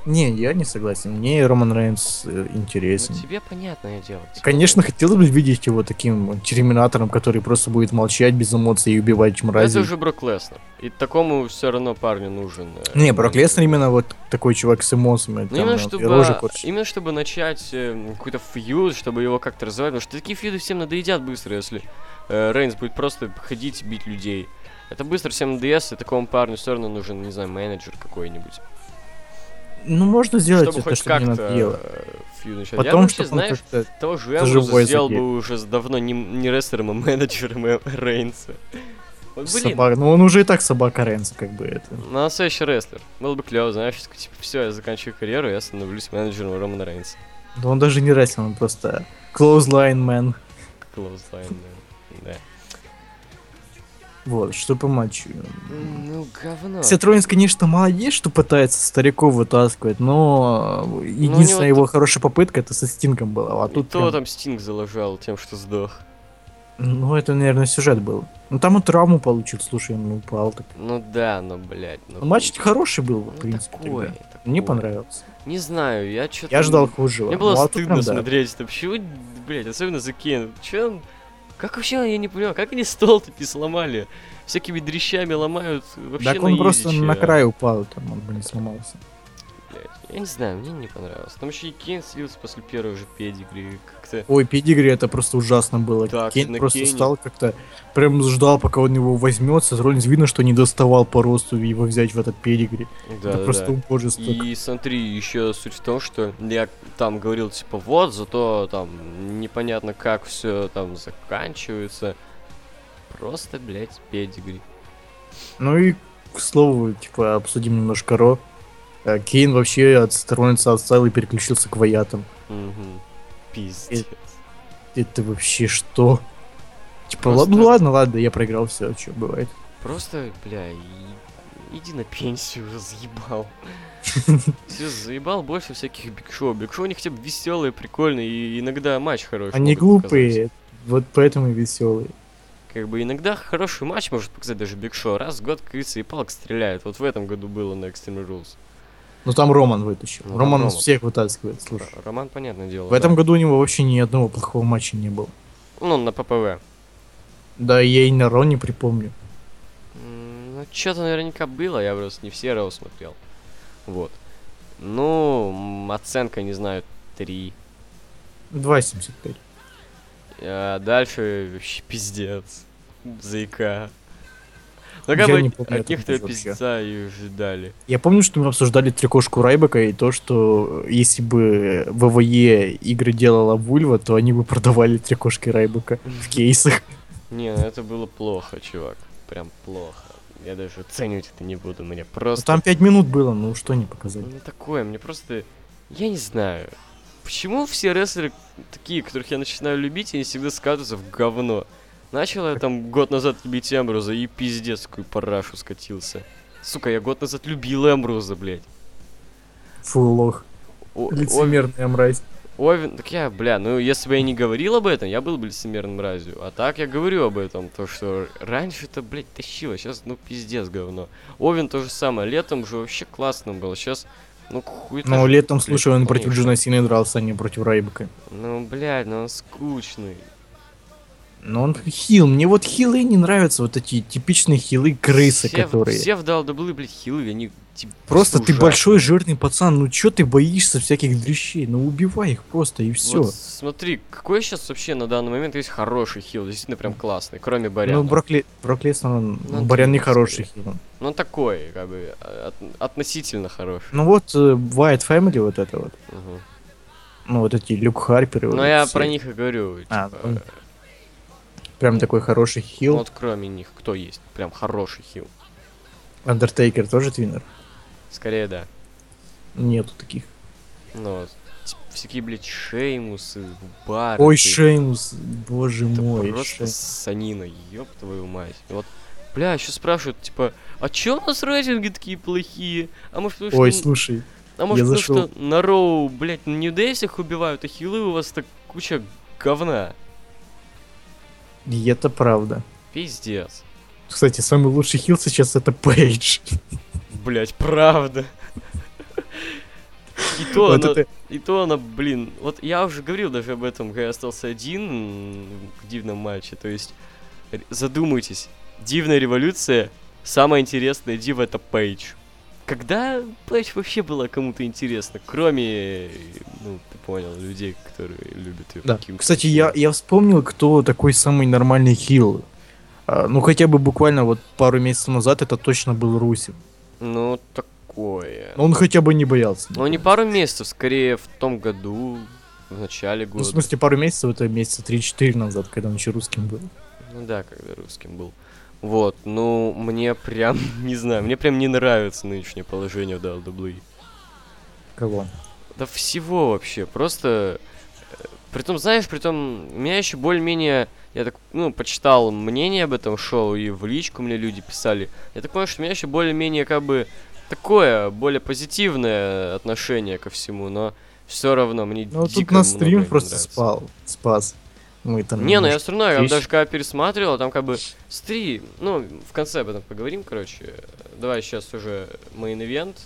Speaker 2: Не, я не согласен. Мне Роман Рейнс э, интересен.
Speaker 1: тебе понятное дело. типа. тебе-
Speaker 2: Конечно, хотелось бы видеть его таким терминатором, который просто будет молчать без эмоций и убивать
Speaker 1: Но Это
Speaker 2: мразей.
Speaker 1: уже Брок Леснер. И такому все равно парню нужен. э,
Speaker 2: Не, Брок
Speaker 1: менеджер.
Speaker 2: Леснер именно вот такой чувак с эмоциями.
Speaker 1: Ну,
Speaker 2: там,
Speaker 1: именно,
Speaker 2: э,
Speaker 1: чтобы,
Speaker 2: и рожа корчит.
Speaker 1: именно чтобы начать э, какой-то фьюз, чтобы его как-то развивать, потому что такие фьюды всем надоедят быстро, если э, Рейнс будет просто ходить и бить людей. Это быстро всем надоест, и такому парню все равно нужен, не знаю, менеджер какой-нибудь.
Speaker 2: Ну, можно сделать
Speaker 1: Чтобы
Speaker 2: это,
Speaker 1: хоть
Speaker 2: что не
Speaker 1: как-то
Speaker 2: надоело.
Speaker 1: э, фьюд начать. Я
Speaker 2: Потом,
Speaker 1: вообще,
Speaker 2: чтобы
Speaker 1: знаешь,
Speaker 2: он как
Speaker 1: того же
Speaker 2: это
Speaker 1: Элвуса
Speaker 2: живой
Speaker 1: сделал
Speaker 2: забей.
Speaker 1: бы уже с- давно не, не рестлером, а менеджером э, Рейнса. Вот, блин,
Speaker 2: собака... Ну, он уже и так собака Рейнса, как бы это.
Speaker 1: ну, настоящий рестлер. Было бы клево, знаешь, такой, типа, все, я заканчиваю карьеру, я становлюсь менеджером Романа Рейнса.
Speaker 2: Да он даже не рестлер, он просто clothesline man.
Speaker 1: Клоузлайн, да.
Speaker 2: Вот, что по матчу.
Speaker 1: М, Ну, говно.
Speaker 2: Сет Роллинс, конечно, молодец, что пытается стариков вытаскивать, но
Speaker 1: Ну, него
Speaker 2: единственная его хорошая попытка это со Стингом была. А
Speaker 1: И
Speaker 2: тут
Speaker 1: то
Speaker 2: прям-
Speaker 1: там Стинг заложал тем, что сдох.
Speaker 2: Ну, это, наверное, сюжет был. Ну, там он травму получил, слушай, он упал. Так.
Speaker 1: Ну да, но, блядь, ну...
Speaker 2: Ну, Матч хороший был,
Speaker 1: ну,
Speaker 2: в принципе,
Speaker 1: такое,
Speaker 2: тогда.
Speaker 1: такое.
Speaker 2: Мне понравился.
Speaker 1: Не знаю, я что-то...
Speaker 2: Я ждал Ну, а хуже.
Speaker 1: Мне было стыдно смотреть это. Почему, блядь, особенно за Кейн. Че он... Как вообще, я не понимаю, как они стол-то не сломали? Всякими дрещами ломают вообще
Speaker 2: Так
Speaker 1: на
Speaker 2: он просто
Speaker 1: изи, че.
Speaker 2: на край упал, там он бы не сломался.
Speaker 1: Блядь, Я не знаю, мне не понравилось. Там еще и Кейн слился после первой же педигри. Как-то...
Speaker 2: Ой, педигри это просто ужасно было.
Speaker 1: Так,
Speaker 2: Кейн
Speaker 1: на
Speaker 2: просто
Speaker 1: Кейне.
Speaker 2: стал как-то прям ждал, пока он его возьмет. Сет Роллинс видно, что не доставал по росту его взять в этот педигри.
Speaker 1: Да,
Speaker 2: это
Speaker 1: да,
Speaker 2: просто
Speaker 1: да.
Speaker 2: убожество.
Speaker 1: И смотри, еще суть в том, что я там говорил, типа, вот, зато там непонятно, как все там заканчивается. Просто, блядь, педигри.
Speaker 2: Ну и к слову, типа, обсудим немножко Ро. Э, Кейн вообще от Сет Роллинса отстал и переключился к Ваятам.
Speaker 1: Угу. Пиздец.
Speaker 2: Это вообще что? Типа,
Speaker 1: Просто-
Speaker 2: ладно, ну ладно, ладно, я проиграл все, что бывает.
Speaker 1: Просто, бля, и- иди на пенсию, уже заебал. Все заебал больше всяких Биг Шоу. Биг Шоу, они хотя бы веселые, типа, прикольные, и иногда матч хороший.
Speaker 2: Они
Speaker 1: могут показать.
Speaker 2: глупые, вот поэтому и веселые.
Speaker 1: Как бы иногда хороший матч может показать даже Биг Шоу. Раз в год крысы и палок стреляют. Вот в этом году было на Extreme Rules.
Speaker 2: Но там Роман вытащил.
Speaker 1: Ну, там
Speaker 2: Роман
Speaker 1: Роман.
Speaker 2: нас всех вытаскивает, слушай.
Speaker 1: Р- Роман, понятное дело.
Speaker 2: В этом
Speaker 1: да.
Speaker 2: году у него вообще ни одного плохого матча не было.
Speaker 1: Ну, на ППВ.
Speaker 2: Да я и на Ро не припомню.
Speaker 1: М, Ну, что-то наверняка было, я просто не все Роу смотрел. Вот. Ну, м, оценка, не знаю, 3.
Speaker 2: 2.75.
Speaker 1: А дальше вообще пиздец. Заика. Ну,
Speaker 2: Я
Speaker 1: как бы
Speaker 2: не
Speaker 1: от-
Speaker 2: помню
Speaker 1: от них-то
Speaker 2: этот эпизод вообще.
Speaker 1: пиздца и ждали.
Speaker 2: Я помню, что мы обсуждали трикошку Райбека и то, что э, если бы ВВЕ игры делала Вульва, то они бы продавали трикошки Райбека в кейсах.
Speaker 1: Не, ну это было плохо, чувак. Прям плохо. Я даже оценивать это не буду, мне
Speaker 2: Ну,
Speaker 1: просто...
Speaker 2: Там 5 минут было, ну что не показать.
Speaker 1: Мне такое, мне просто... Я не знаю. Почему все рестлеры, такие, которых я начинаю любить, они всегда скатываются в говно? Начал я там год назад любить Эмбруза и пиздец, какую парашу скатился. Сука, я год назад любил Эмбруза, блядь.
Speaker 2: Фу, лох.
Speaker 1: О-
Speaker 2: Лицемерная мразь.
Speaker 1: Овен, так я, бля, ну если бы я не говорил об этом, я был бы лицемерным мразью. А так я говорю об этом, то что раньше-то, блядь, тащило, сейчас, ну, пиздец говно. Овен то же самое, летом же вообще классно было, сейчас, ну, хуй
Speaker 2: Но летом, слушай, он
Speaker 1: конечно.
Speaker 2: против Джона Сины дрался, а не против Райбека.
Speaker 1: Ну, блядь, ну он скучный.
Speaker 2: Но он хил. Мне вот хилы не нравятся, вот эти типичные хилы крысы,
Speaker 1: все,
Speaker 2: которые...
Speaker 1: Все в WWE, блядь, хилы, они типа...
Speaker 2: Просто ты
Speaker 1: ужасные.
Speaker 2: большой жирный пацан, ну чё ты боишься всяких дрищей? Ну убивай их просто и все.
Speaker 1: Вот смотри, какой сейчас вообще на данный момент есть хороший хил, действительно прям классный, кроме Баряна.
Speaker 2: ну Брокли... Брок Леснер, он...
Speaker 1: Ну,
Speaker 2: Барян
Speaker 1: да,
Speaker 2: нехороший хил.
Speaker 1: Ну, он такой, как бы, а, от- относительно хороший.
Speaker 2: Ну вот э, White Family вот это вот.
Speaker 1: Мгм.
Speaker 2: Ну вот эти Люк Харперы.
Speaker 1: Но
Speaker 2: вот
Speaker 1: Ну, я
Speaker 2: все.
Speaker 1: про них и говорю.
Speaker 2: А,
Speaker 1: типа,
Speaker 2: ну, Прям такой хороший
Speaker 1: ну,
Speaker 2: хил.
Speaker 1: вот кроме них, кто есть? Прям хороший хил.
Speaker 2: Undertaker тоже твиннер?
Speaker 1: Скорее, да.
Speaker 2: Нету таких.
Speaker 1: Ну, вот, типа, всякие, блядь, Шеймусы, Барты.
Speaker 2: Ой, Шеймус, боже
Speaker 1: Это
Speaker 2: мой.
Speaker 1: просто
Speaker 2: Шей-
Speaker 1: санина, ёб твою мать. И вот, бля, еще спрашивают, типа, а чё у нас рейтинги такие плохие? А может, потому что,
Speaker 2: Ой, слушай,
Speaker 1: а может,
Speaker 2: я
Speaker 1: потому что на Роу, блядь, на Нью-Дэй всех убивают, а хилы у вас так куча говна.
Speaker 2: и это правда.
Speaker 1: Пиздец.
Speaker 2: Кстати, самый лучший хил сейчас это Пейдж.
Speaker 1: Блять, правда. И то,
Speaker 2: Вот
Speaker 1: она,
Speaker 2: это-
Speaker 1: и то она, блин, вот я уже говорил даже об этом, когда я остался один м, в дивном матче, то есть, р- задумайтесь, дивная революция, самая интересная дива это Пейдж. Когда Пейдж вообще была кому-то интересна, кроме, ну, ты понял, людей, которые любят ее
Speaker 2: Да. Кстати, я, я вспомнил, кто такой самый нормальный хил. А, ну, хотя бы буквально вот пару месяцев назад это точно был Русин.
Speaker 1: Ну, такое.
Speaker 2: Но он хотя бы не боялся.
Speaker 1: Ну, не пару месяцев, скорее в том году, в начале
Speaker 2: Ну, в
Speaker 1: года.
Speaker 2: смысле, пару месяцев, это месяца 3-4 назад, когда он еще русским был.
Speaker 1: Ну да, когда русским был. Вот, ну, мне прям, не знаю, мне прям не нравится нынешнее положение в WWE.
Speaker 2: Кого?
Speaker 1: Да всего вообще, просто... э, Притом, знаешь, притом, у меня еще более-менее, я так, ну, почитал мнение об этом шоу, и в личку мне люди писали. Я так понял, что у меня еще более-менее, как бы, такое, более позитивное отношение ко всему, но все равно мне
Speaker 2: Ну, тут
Speaker 1: дико
Speaker 2: нас стрим
Speaker 1: многое не
Speaker 2: просто
Speaker 1: нравится.
Speaker 2: спал, спас. Мы там...
Speaker 1: Не, ну я все равно, я
Speaker 2: вещи.
Speaker 1: даже когда пересматривал, там как бы стрим, ну, в конце об этом поговорим, короче. Давай сейчас уже main ивент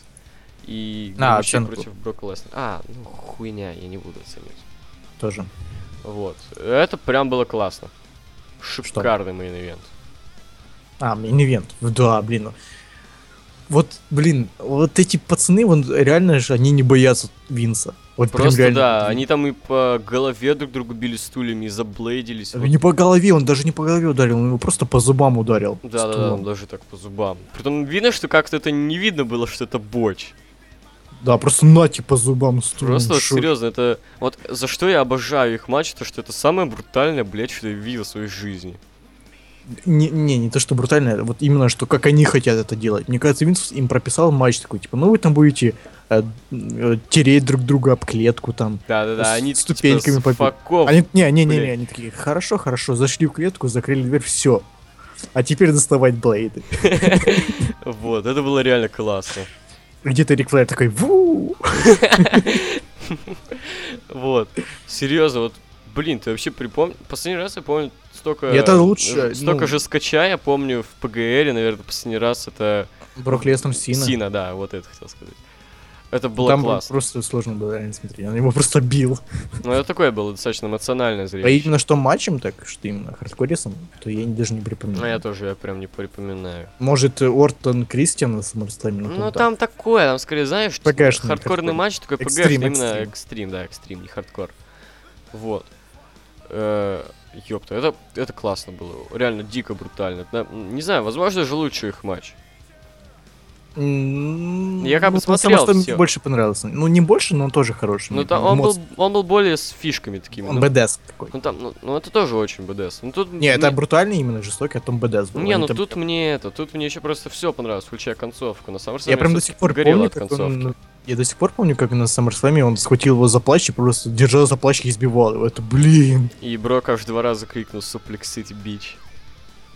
Speaker 1: и
Speaker 2: А,
Speaker 1: Гринчи
Speaker 2: оценку.
Speaker 1: против Брок Леснера. А, ну хуйня, я не буду оценивать.
Speaker 2: Тоже.
Speaker 1: Вот. Это прям было классно. Шикарный main ивент.
Speaker 2: А, мейн-ивент. Да, блин. ну. Вот, блин, вот эти пацаны, вон, реально же, они не боятся Винса. Вот прям
Speaker 1: Просто
Speaker 2: реально.
Speaker 1: да, они там и по голове друг другу били стульями и заблейдились.
Speaker 2: Не по голове, он даже не по голове ударил, он его просто по зубам ударил.
Speaker 1: Да, да, да,
Speaker 2: Стулом.
Speaker 1: там даже так по зубам. Притом видно, что как-то это не видно было, что это боч.
Speaker 2: Да, просто нате по зубам стулом.
Speaker 1: Просто вот
Speaker 2: Шо-
Speaker 1: серьезно, это вот за что я обожаю их матч, то что это самое брутальное, блядь, что я видел в своей жизни.
Speaker 2: Не, не, не то, что брутально, а вот именно, что как они хотят это делать. Мне кажется, Винс им прописал матч такой, типа, ну вы там будете э, э, тереть друг друга об клетку там.
Speaker 1: Да, да, да,
Speaker 2: С
Speaker 1: они типа,
Speaker 2: ступеньками
Speaker 1: с
Speaker 2: попи-
Speaker 1: факов.
Speaker 2: Они, не, не, не, не,
Speaker 1: блядь.
Speaker 2: они такие, хорошо, хорошо, зашли в клетку, закрыли дверь, все. А теперь доставать блейды.
Speaker 1: Вот, это было реально классно.
Speaker 2: Где-то Рик Флэр такой, ву
Speaker 1: Вот. Серьезно, вот, блин, ты вообще припомни. Последний раз я помню столько.
Speaker 2: И это лучше,
Speaker 1: э, Столько
Speaker 2: ну-
Speaker 1: же скача, я помню, в ПГРе, наверное, последний раз это.
Speaker 2: Брок Леснер Сина. Ну,
Speaker 1: Сина, да, вот это хотел сказать. Это было
Speaker 2: Там
Speaker 1: классно.
Speaker 2: просто сложно было реально смотреть, он его просто бил.
Speaker 1: Но это такое было достаточно эмоциональное
Speaker 2: А
Speaker 1: зрелище.
Speaker 2: именно что матчем, так что именно хардкорисом, то я не- даже не припоминаю.
Speaker 1: Но Ну, я тоже я прям не припоминаю.
Speaker 2: Может, э, Ортон Кристиан на Саммерслэме?
Speaker 1: Ну,
Speaker 2: кого-то?
Speaker 1: там такое, там скорее, знаешь, типа,
Speaker 2: ПГшный
Speaker 1: хардкорный
Speaker 2: хардкор.
Speaker 1: матч, такой ПГ,
Speaker 2: Экстрим,
Speaker 1: именно
Speaker 2: экстрим.
Speaker 1: экстрим, да, экстрим, не хардкор. Вот. Э, ёпта, это, это классно было. Реально дико брутально. Это на- Не знаю, возможно же лучше их матч.
Speaker 2: М,
Speaker 1: Я как бы
Speaker 2: ну, потому
Speaker 1: смотрел
Speaker 2: что мне
Speaker 1: всё.
Speaker 2: больше понравился. Ну, не больше, но он тоже хороший.
Speaker 1: Но
Speaker 2: мне
Speaker 1: там он был,
Speaker 2: эмоции.
Speaker 1: он был более с фишками такими. ну.
Speaker 2: Он BDS такой.
Speaker 1: Ну там, ну, ну это тоже очень БДС. Ну тут...
Speaker 2: Не, это
Speaker 1: мне-
Speaker 2: брутальный именно жестокий, а там БДС был.
Speaker 1: Не,
Speaker 2: Они
Speaker 1: ну
Speaker 2: там-
Speaker 1: тут мне это, тут мне еще просто все понравилось, включая концовку. На самом
Speaker 2: Я
Speaker 1: деле
Speaker 2: прям до
Speaker 1: всё-таки
Speaker 2: сих пор
Speaker 1: горел
Speaker 2: помню,
Speaker 1: от
Speaker 2: как
Speaker 1: концовки.
Speaker 2: он... ну. Я до сих пор помню, как на Саммерслэме он схватил его за плащ и просто держал за плащ и избивал его. Это, блин,
Speaker 1: И Брок аж два раза крикнул «Суплекс Сити Бич».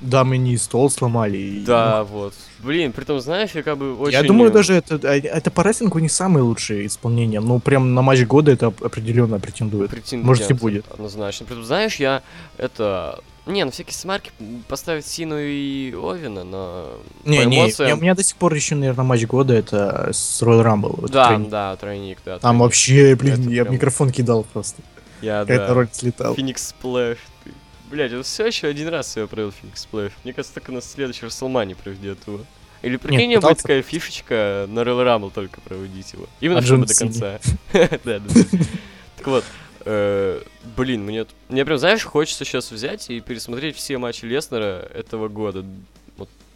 Speaker 2: да, мы не стол сломали. и-
Speaker 1: Да, вот. Блин, притом, знаешь, я как бы
Speaker 2: Ну,
Speaker 1: очень...
Speaker 2: Я думаю,
Speaker 1: э,
Speaker 2: даже это, а, это по рейтингу не самое лучшее исполнение. Ну, прям на матч года это оп- определенно претендует.
Speaker 1: претендент
Speaker 2: может, и будет.
Speaker 1: Однозначно. Притом, знаешь, я это... Не, на всякий смарки поставить Сину и Овина, но...
Speaker 2: Не,
Speaker 1: по
Speaker 2: не,
Speaker 1: эмоциям-
Speaker 2: я- у меня до сих пор еще, наверное, матч года это с Royal Rumble. вот
Speaker 1: Да,
Speaker 2: тройник.
Speaker 1: да, тройник, да.
Speaker 2: Там
Speaker 1: тройник.
Speaker 2: вообще, блин,
Speaker 1: Это
Speaker 2: я
Speaker 1: прям-
Speaker 2: микрофон кидал просто.
Speaker 1: Я, да.
Speaker 2: Эта роль слетал.
Speaker 1: Феникс Сплэш. ты- Блядь, он все еще один раз я провел Феникс Сплэш. Мне кажется, только на следующий Расселмане проведет его. Или прикинь, у него будет
Speaker 2: пытался.
Speaker 1: такая фишечка на Royal Rumble только проводить его. Именно
Speaker 2: А
Speaker 1: чтобы
Speaker 2: Джон
Speaker 1: до
Speaker 2: Сина.
Speaker 1: конца. Да, да. да. Так вот, э, блин, мне т- мне прям, знаешь, хочется сейчас взять и пересмотреть все матчи Леснера этого года.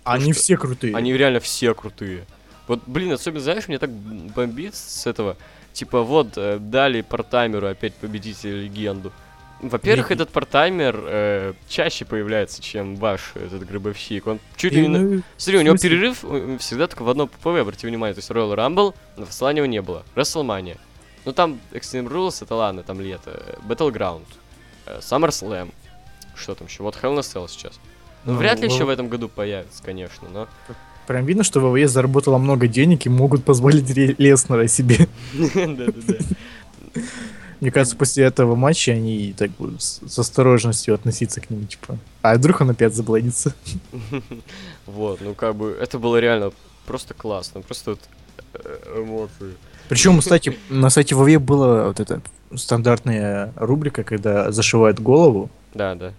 Speaker 2: Они
Speaker 1: что-
Speaker 2: все крутые.
Speaker 1: Они реально все крутые. Вот, блин, особенно, знаешь, мне так бомбит с этого. Типа, вот, э, дали портаймеру опять победить легенду. Во-первых,
Speaker 2: Мгм.
Speaker 1: этот портаймер э, чаще появляется, чем ваш этот грыбовщик. Он чуть ли не...
Speaker 2: И,
Speaker 1: на-
Speaker 2: ну,
Speaker 1: Смотри, у него
Speaker 2: смысле?
Speaker 1: перерыв э, всегда только в одно ППВ, обрати внимание. То есть Royal Rumble, на Фаслане его не было. WrestleMania. Ну там Extreme Rules, это ладно, там лето. э, Battleground. э, SummerSlam. Что там еще? Вот Hell in a Cell сейчас. Ну,
Speaker 2: ну,
Speaker 1: вряд ли
Speaker 2: в-
Speaker 1: еще в этом году появится, конечно, но...
Speaker 2: Прям видно, что ВВЕ заработала много денег и могут позволить Ре- Леснера себе.
Speaker 1: Да-да-да.
Speaker 2: Мне кажется, после этого матча они так будут с с осторожностью относиться к ним, типа. А вдруг он опять заблудится?
Speaker 1: Вот, ну как бы это было реально просто классно, просто вот э, эмоции.
Speaker 2: Причем, кстати, на сайте ВВЕ была вот эта стандартная рубрика, когда зашивают голову,
Speaker 1: Да, да.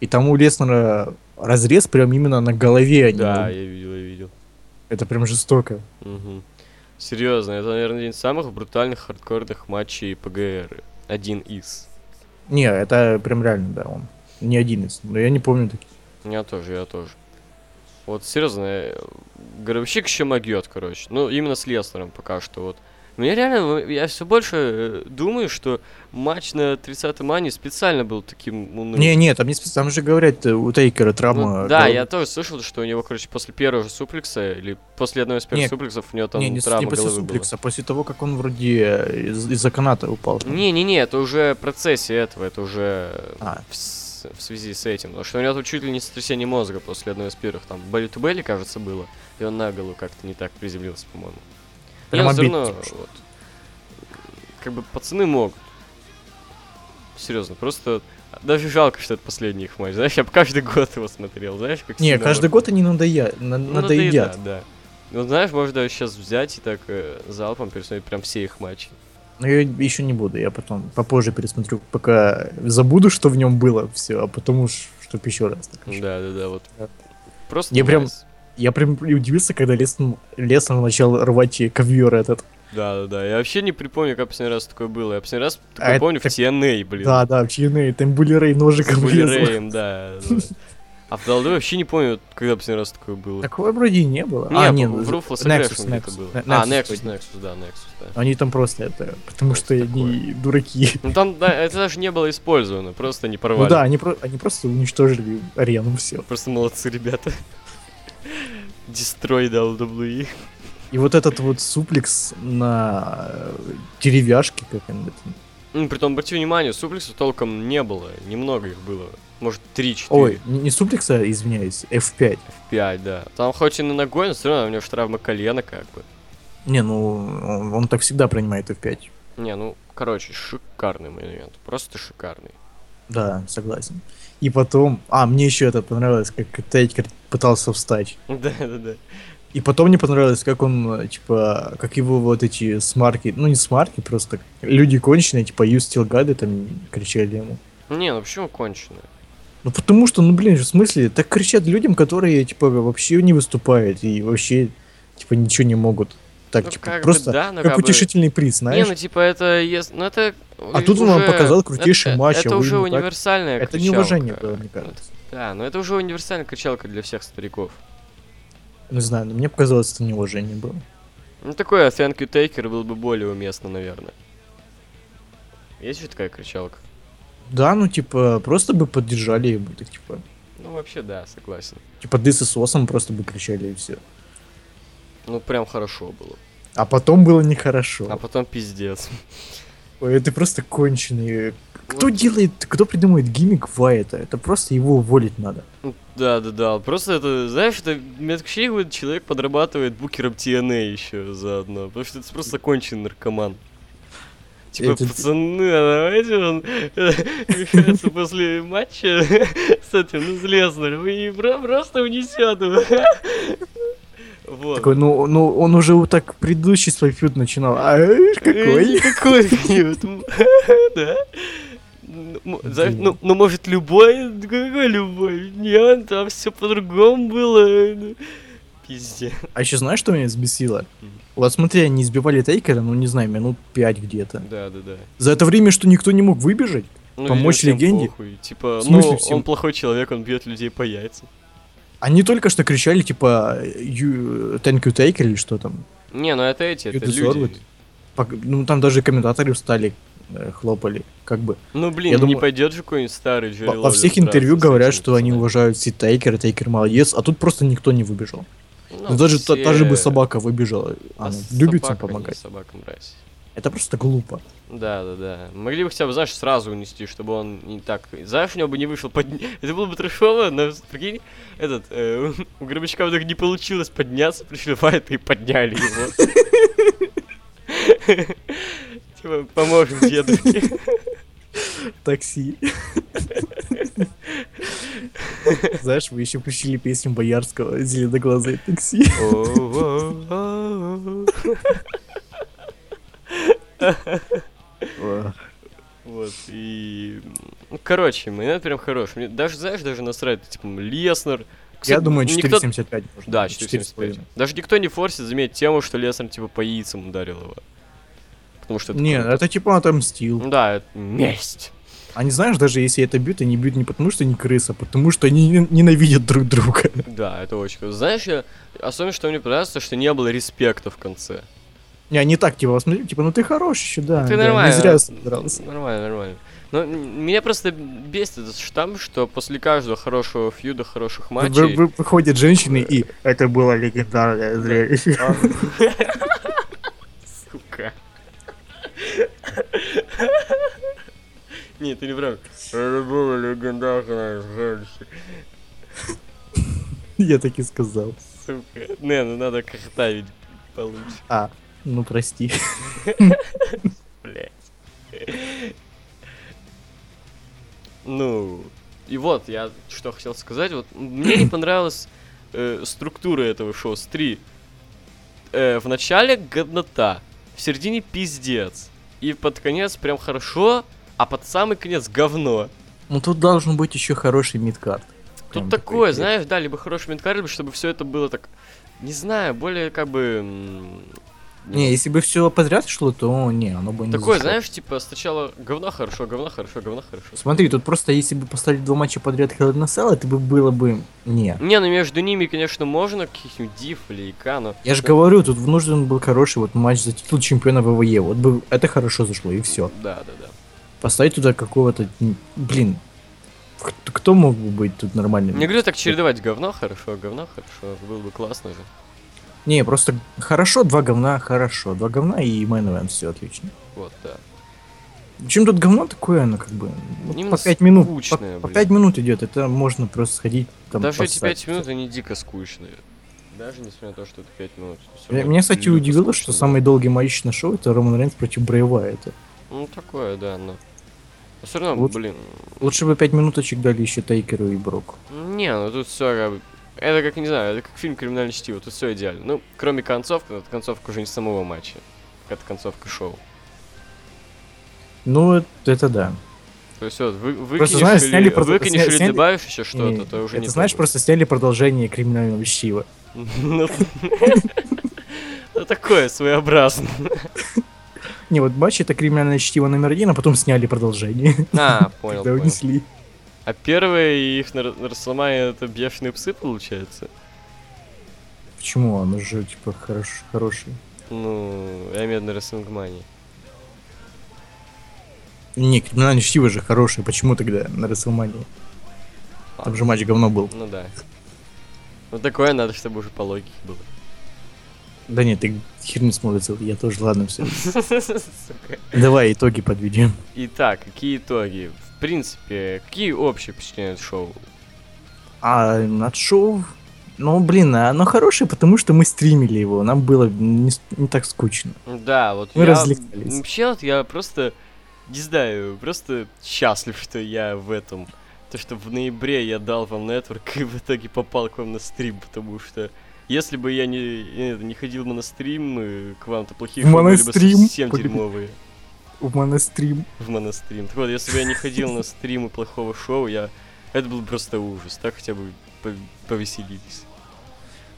Speaker 2: и тому у Леснера разрез прям именно на голове. а не
Speaker 1: Да,
Speaker 2: на-
Speaker 1: я видел, я видел.
Speaker 2: Это прям жестоко.
Speaker 1: Мгм. Серьезно, это, наверное, один из самых брутальных хардкорных матчей ПГР. Один из.
Speaker 2: Не, это прям реально, да, он. Не один из, но я не помню таких.
Speaker 1: Я тоже, я тоже. Вот серьезно, э, гробовщик еще могет, короче. Ну, именно с Леснером пока что вот. Мне реально, э, я все больше э, думаю, что матч на 30 мане специально был таким унылым.
Speaker 2: Не, не, там, не спец- там же говорят, э, у Тейкера травма.
Speaker 1: Ну, да,
Speaker 2: головы.
Speaker 1: я тоже слышал, что у него, короче, после первого же суплекса или после одного из первых
Speaker 2: Не,
Speaker 1: суплексов у него там
Speaker 2: не, не, с- не
Speaker 1: травма
Speaker 2: после
Speaker 1: головы
Speaker 2: суплекса, а после того, как он вроде э, из- из-за каната упал.
Speaker 1: была. Не-не-не, это уже в процессе этого, это уже
Speaker 2: А.
Speaker 1: в, с- в связи с этим. Потому что у него там чуть ли не сотрясение мозга после одного из первых. Там Белли ту Белли, кажется, было. И он на голову как-то не так приземлился, по-моему. И
Speaker 2: Прям
Speaker 1: он всё
Speaker 2: обидно,
Speaker 1: равно,
Speaker 2: типа, что-
Speaker 1: вот, Как бы пацаны могут. Серьезно, просто даже жалко, что это последний их матч. Знаешь, я бы каждый год его смотрел, знаешь, как
Speaker 2: Не,
Speaker 1: сильно
Speaker 2: каждый год они надоя... на-
Speaker 1: Ну,
Speaker 2: надоедят.
Speaker 1: да. Ну, знаешь, можно даже сейчас взять и так э, залпом пересмотреть прям все их матчи.
Speaker 2: Но я еще не буду, я потом попозже пересмотрю, пока забуду, что в нем было все, а потом уж, чтоб еще раз. так уж.
Speaker 1: Да, да, да, вот.
Speaker 2: Да.
Speaker 1: Просто
Speaker 2: Я прям-
Speaker 1: nice.
Speaker 2: Я прям и удивился, когда Лесон, Лесон начал рвать и ковер этот.
Speaker 1: Да, да, да. Я вообще не припомню, как последний раз такое было. Я последний раз такое
Speaker 2: А это
Speaker 1: помню
Speaker 2: так-
Speaker 1: в TNA, блин.
Speaker 2: Да, да, ну, в чины, там были рей
Speaker 1: с
Speaker 2: ножиком
Speaker 1: Уилли
Speaker 2: врезал.
Speaker 1: Рэем, да. да, да. А в Далду вообще не помню, когда последний раз такое было.
Speaker 2: Такого вроде и не было.
Speaker 1: Не,
Speaker 2: а,
Speaker 1: в-
Speaker 2: нет,
Speaker 1: в Ruthless
Speaker 2: Nexus,
Speaker 1: Aggression где-то
Speaker 2: Nexus,
Speaker 1: было.
Speaker 2: Ne-
Speaker 1: А, Nexus,
Speaker 2: Nexus вроде.
Speaker 1: Nexus, да, Nexus, да.
Speaker 2: Они там просто это, потому что
Speaker 1: Что
Speaker 2: они дураки.
Speaker 1: Ну там, да, это даже не было использовано, просто не порвали.
Speaker 2: Ну да, они, про- они просто уничтожили арену, все.
Speaker 1: Просто молодцы ребята. Destroy WWE.
Speaker 2: И вот этот вот суплекс на э, деревяшке, как он это,
Speaker 1: Ну, притом, обрати внимание, суплексов толком не было. Немного их было. Может, 3-4.
Speaker 2: Ой, не, не суплекса, извиняюсь, F5.
Speaker 1: 5, да. Там хоть и на ногой, но все равно у него же травма колена, как бы.
Speaker 2: Не, ну, он, он так всегда принимает F5.
Speaker 1: Не, ну, короче, шикарный момент. Просто шикарный.
Speaker 2: Да, согласен. И потом... А, мне еще это понравилось, как Тейкер пытался встать.
Speaker 1: Да, да, да.
Speaker 2: И потом мне понравилось, как он, э, типа, как его вот эти смарки, ну не смарки, просто люди конченые, типа, you still got it», там кричали ему.
Speaker 1: Не, ну почему конченая?
Speaker 2: Ну потому что, ну блин, в смысле, так кричат людям, которые, типа, вообще не выступают и вообще, типа, ничего не могут. Так,
Speaker 1: Ну,
Speaker 2: типа,
Speaker 1: как бы
Speaker 2: просто
Speaker 1: да, но
Speaker 2: как
Speaker 1: как бы-
Speaker 2: утешительный приз,
Speaker 1: Не,
Speaker 2: знаешь?
Speaker 1: ну типа это ес- ну это.
Speaker 2: А тут он
Speaker 1: уже-
Speaker 2: вам показал крутейший
Speaker 1: это-
Speaker 2: матч, а
Speaker 1: Это
Speaker 2: вы
Speaker 1: уже
Speaker 2: ему так-
Speaker 1: универсальная
Speaker 2: это
Speaker 1: кричалка.
Speaker 2: неуважение было, мне кажется.
Speaker 1: Да, но это уже универсальная кричалка для всех стариков.
Speaker 2: Не знаю, но мне показалось, это неуважение было.
Speaker 1: Ну такое thank you taker было бы более уместно, наверное. Есть же такая кричалка?
Speaker 2: Да, ну типа, просто бы поддержали его, так типа.
Speaker 1: Ну вообще да, согласен.
Speaker 2: Типа this is awesome просто бы кричали и все.
Speaker 1: Ну прям хорошо было.
Speaker 2: А потом было нехорошо.
Speaker 1: А потом пиздец.
Speaker 2: Ой, это просто конченый. Кто
Speaker 1: Вот.
Speaker 2: делает, кто придумает гиммик Вайта? Это просто его уволить надо.
Speaker 1: Ну, Да, да, да. Просто это, знаешь, это у меня такое ощущение, будто человек подрабатывает букером TNA еще заодно. Потому что это просто конченый наркоман. Типа,
Speaker 2: Это-
Speaker 1: пацаны, а давайте он решается после матча с этим, ну, с Леснером, и про- просто унесет его. Вот.
Speaker 2: Такой, ну, ну он уже вот так предыдущий свой фьюд начинал. А э, какой?
Speaker 1: Какой фьюд? Да. Ну, м- за-
Speaker 2: Блин.
Speaker 1: Ну, ну, может, любой? Да Какой любой? Нет, там все по-другому было. Ну, Пиздец.
Speaker 2: А еще знаешь, что меня взбесило?
Speaker 1: Мгм.
Speaker 2: Вот смотри, они избивали Тейкера, ну не знаю, минут пять где-то.
Speaker 1: Да, да, да.
Speaker 2: За это время, что никто не мог выбежать?
Speaker 1: Ну,
Speaker 2: Помочь
Speaker 1: видимо, всем
Speaker 2: легенде?
Speaker 1: похуй. Типа,
Speaker 2: В смысле
Speaker 1: ну,
Speaker 2: всем?
Speaker 1: он плохой человек, он бьет людей по яйцам.
Speaker 2: Они только что кричали, типа, you, thank you, Taker, или что там.
Speaker 1: Не, ну это эти, это
Speaker 2: You deserve
Speaker 1: люди.
Speaker 2: it. Пок- Ну, там даже комментаторы встали, э, хлопали, как бы.
Speaker 1: Ну, блин,
Speaker 2: Я
Speaker 1: не
Speaker 2: думаю-
Speaker 1: пойдет же какой-нибудь старый Джерри
Speaker 2: Во- Во
Speaker 1: Ловерс
Speaker 2: всех
Speaker 1: драться
Speaker 2: интервью
Speaker 1: с
Speaker 2: говорят,
Speaker 1: этими
Speaker 2: что они
Speaker 1: пацанами.
Speaker 2: уважают все Тейкера, Тейкер молодец, а тут просто никто не выбежал.
Speaker 1: Ну,
Speaker 2: Ну, даже та, та же бы
Speaker 1: все-
Speaker 2: собака выбежала.
Speaker 1: а
Speaker 2: Она
Speaker 1: с-
Speaker 2: любит всем
Speaker 1: собака, они
Speaker 2: помогать.
Speaker 1: собакам нравится.
Speaker 2: Это просто глупо.
Speaker 1: Да, да, да. Могли бы хотя бы, знаешь, сразу унести, чтобы он не так... Знаешь, у него бы не вышел под... Это было бы трешово, но, прикинь, этот... э, у Гробачка вдруг не получилось подняться, пришли файты и подняли его. Типа, поможем дедушке.
Speaker 2: Такси. Знаешь, вы еще включили песню Боярского «Зеленоглазые такси».
Speaker 1: Вот, и... ну, Короче, Майонет прям хороший. Мне даже, знаешь, даже насрать, типа, Леснер.
Speaker 2: Я
Speaker 1: Кстати, ну,
Speaker 2: думаю,
Speaker 1: никто-
Speaker 2: 4,75 может
Speaker 1: Да,
Speaker 2: быть,
Speaker 1: 4,75.
Speaker 2: 4,75.
Speaker 1: Даже никто не форсит заметить тему, что Леснер, типа, по яйцам ударил его. Потому что это...
Speaker 2: Не,
Speaker 1: круто.
Speaker 2: это типа отомстил.
Speaker 1: Да, это месть.
Speaker 2: Они, знаешь, даже если это бьют, они бьют не потому, что они крыса, а потому что они не- ненавидят друг друга.
Speaker 1: Да, это очень круто. Знаешь, я... особенно, что мне понравилось, то, что не было респекта в конце.
Speaker 2: Не, они так, типа, смотри, типа, ну ты хороший еще, да.
Speaker 1: Ты
Speaker 2: да,
Speaker 1: нормально.
Speaker 2: Не зря собрался.
Speaker 1: Нормально, нормально. Но м, меня просто бесит этот штамп, что после каждого хорошего фьюда, хороших матчей...
Speaker 2: Вы- вы- Выходят женщины и... Это было легендарное зрелище.
Speaker 1: Сука. Нет, ты не прав. Это было легендарное зрелище.
Speaker 2: Я так и сказал.
Speaker 1: Сука. Не, ну надо картавить получше,
Speaker 2: А, ну прости.
Speaker 1: блядь. Ну, и вот, я что хотел сказать. Вот мне не понравилась э, структура этого шоу с 3. в начале годнота, в середине пиздец, и под конец прям хорошо, а под самый конец говно.
Speaker 2: Ну тут должен быть еще хороший мидкарт.
Speaker 1: Тут такое, знаешь, да, либо хороший мидкарт, либо чтобы все это было так, не знаю, более как бы... м,
Speaker 2: Не, если бы все подряд шло, то не, оно бы не
Speaker 1: Такое,
Speaker 2: зашло.
Speaker 1: знаешь, типа сначала говна хорошо, говна хорошо, говна хорошо.
Speaker 2: Смотри, тут просто если бы поставили два матча подряд Hell in a Cell, это бы было бы... Не.
Speaker 1: Не, ну между ними, конечно, можно каких-нибудь диф или ика, но...
Speaker 2: Я же говорю, тут нужен был хороший вот матч за титул чемпиона ВВЕ. Вот бы это хорошо зашло, и все.
Speaker 1: Да, да, да.
Speaker 2: Поставить туда какого-то... м, Блин. Кто, кто мог бы быть тут нормальным?
Speaker 1: Не говорю так чередовать говно хорошо, говно хорошо, было бы классно же.
Speaker 2: Не, просто хорошо, два говна, хорошо. Два говна и мейн все отлично.
Speaker 1: Вот, да.
Speaker 2: Чем тут говно такое, оно как бы... вот
Speaker 1: Именно
Speaker 2: по 5 минут. по-
Speaker 1: скучное,
Speaker 2: по,
Speaker 1: блин.
Speaker 2: 5 минут идет, это можно просто сходить там
Speaker 1: Даже эти
Speaker 2: поссать.
Speaker 1: 5 минут, они дико скучные. Даже несмотря на то, что это 5 минут. всё
Speaker 2: Меня,
Speaker 1: равно
Speaker 2: меня, кстати,
Speaker 1: люто
Speaker 2: удивило,
Speaker 1: скучно
Speaker 2: что
Speaker 1: было.
Speaker 2: самый долгий матч на шоу это Роман Рейнс против Брейва. Это.
Speaker 1: Ну, такое, да, но... Но все равно,
Speaker 2: Лучше-
Speaker 1: блин,
Speaker 2: Лучше бы 5 минуточек дали еще Тейкеру и Броку.
Speaker 1: Не, ну тут все как бы... Это как, не знаю, это как фильм «Криминальное чтиво», тут все идеально. Ну, кроме концовки, но это концовка уже не самого матча. Это концовка шоу.
Speaker 2: Ну, это, это да.
Speaker 1: То есть вот, вы, выкинешь
Speaker 2: знаешь,
Speaker 1: или,
Speaker 2: сняли про-
Speaker 1: выкинешь
Speaker 2: сня-
Speaker 1: или
Speaker 2: сняли-
Speaker 1: добавишь еще
Speaker 2: Не,
Speaker 1: что-то, то уже
Speaker 2: это
Speaker 1: не
Speaker 2: знаешь,
Speaker 1: то будет.
Speaker 2: просто сняли продолжение криминального чтива.
Speaker 1: Ну, Ну, такое своеобразное.
Speaker 2: Не, вот матч это криминальное чтиво номер один, а потом сняли продолжение.
Speaker 1: А, понял,
Speaker 2: Когда
Speaker 1: понял.
Speaker 2: унесли.
Speaker 1: А первые их на Ра- на Расселмане это бешеные псы, получается?
Speaker 2: Почему? Он же, типа, хорош, хороший.
Speaker 1: Ну, я имею в виду на Расселмане.
Speaker 2: Не, криминальное чтиво же хороший. Почему тогда на Расселмании? Там же матч говно был.
Speaker 1: Ну да. Ну такое надо, чтобы уже по логике было.
Speaker 2: Да нет, ты херню смотрится. Я тоже, ладно, все.
Speaker 1: Сука.
Speaker 2: Давай итоги подведем.
Speaker 1: Итак, какие итоги? В принципе, какие общие впечатления от шоу?
Speaker 2: А над шоу... Ну, блин, оно хорошее, потому что мы стримили его. Нам было не, с- не так скучно.
Speaker 1: Да, вот
Speaker 2: Мы
Speaker 1: я...
Speaker 2: развлекались.
Speaker 1: Вообще, вот я просто, не знаю, просто счастлив, что я в этом. То, что в ноябре я дал вам нетворк и в итоге попал к вам на стрим, потому что если бы я не, э, не ходил бы на стрим, э, к вам-то плохие
Speaker 2: В
Speaker 1: шоу были бы
Speaker 2: монострим?
Speaker 1: совсем
Speaker 2: Погоди.
Speaker 1: дерьмовые.
Speaker 2: У монострим.
Speaker 1: в монострим. Так вот, если бы я не ходил на стримы плохого шоу, я... Это был просто ужас. Так хотя бы по- повеселились.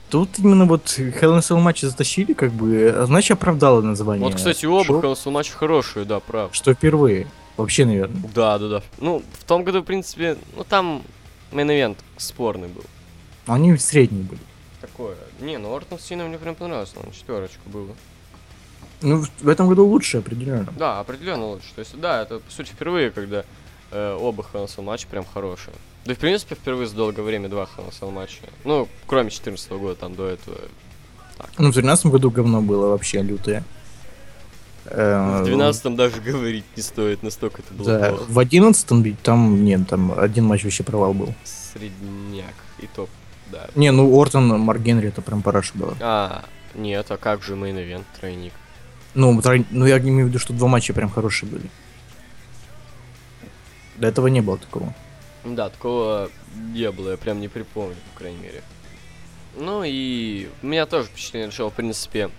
Speaker 2: Тут именно вот Hell in a Cell матчи затащили, как бы, а значит, оправдало название.
Speaker 1: Вот, кстати, оба
Speaker 2: шоу,
Speaker 1: Council матч хорошие, да, прав.
Speaker 2: Что впервые. Вообще, наверное.
Speaker 1: Да, да, да. Ну, в том году, в принципе, ну там мейн спорный был.
Speaker 2: Они средние были.
Speaker 1: Такое. Не, ну Ортон с Сином мне прям понравился, он четверочку было.
Speaker 2: Ну, в- в этом году лучше, определенно.
Speaker 1: Да, определенно лучше. То есть, да, это, по сути, впервые, когда э, оба Council матча прям хорошие. Да, и, в принципе, впервые за долгое время два Council матча. Ну, кроме 14 года, там до этого.
Speaker 2: Ну, в 13 году говно было вообще лютое. Э,
Speaker 1: В 12 даже говорить не стоит, настолько это было
Speaker 2: Да,
Speaker 1: плохо.
Speaker 2: в 11 ведь там, нет, там один матч вообще провал был.
Speaker 1: Средняк и топ, да.
Speaker 2: Не, ну Ортон, Марк Генри, это прям параша была.
Speaker 1: А, нет, а как же мейн ивент, тройник?
Speaker 2: Ну, трой- ну, я имею в виду, что два матча прям хорошие были. До этого не было такого.
Speaker 1: Ну Да, такого не было, я прям не припомню, по крайней мере. Ну и у меня тоже впечатление от шоу, в принципе.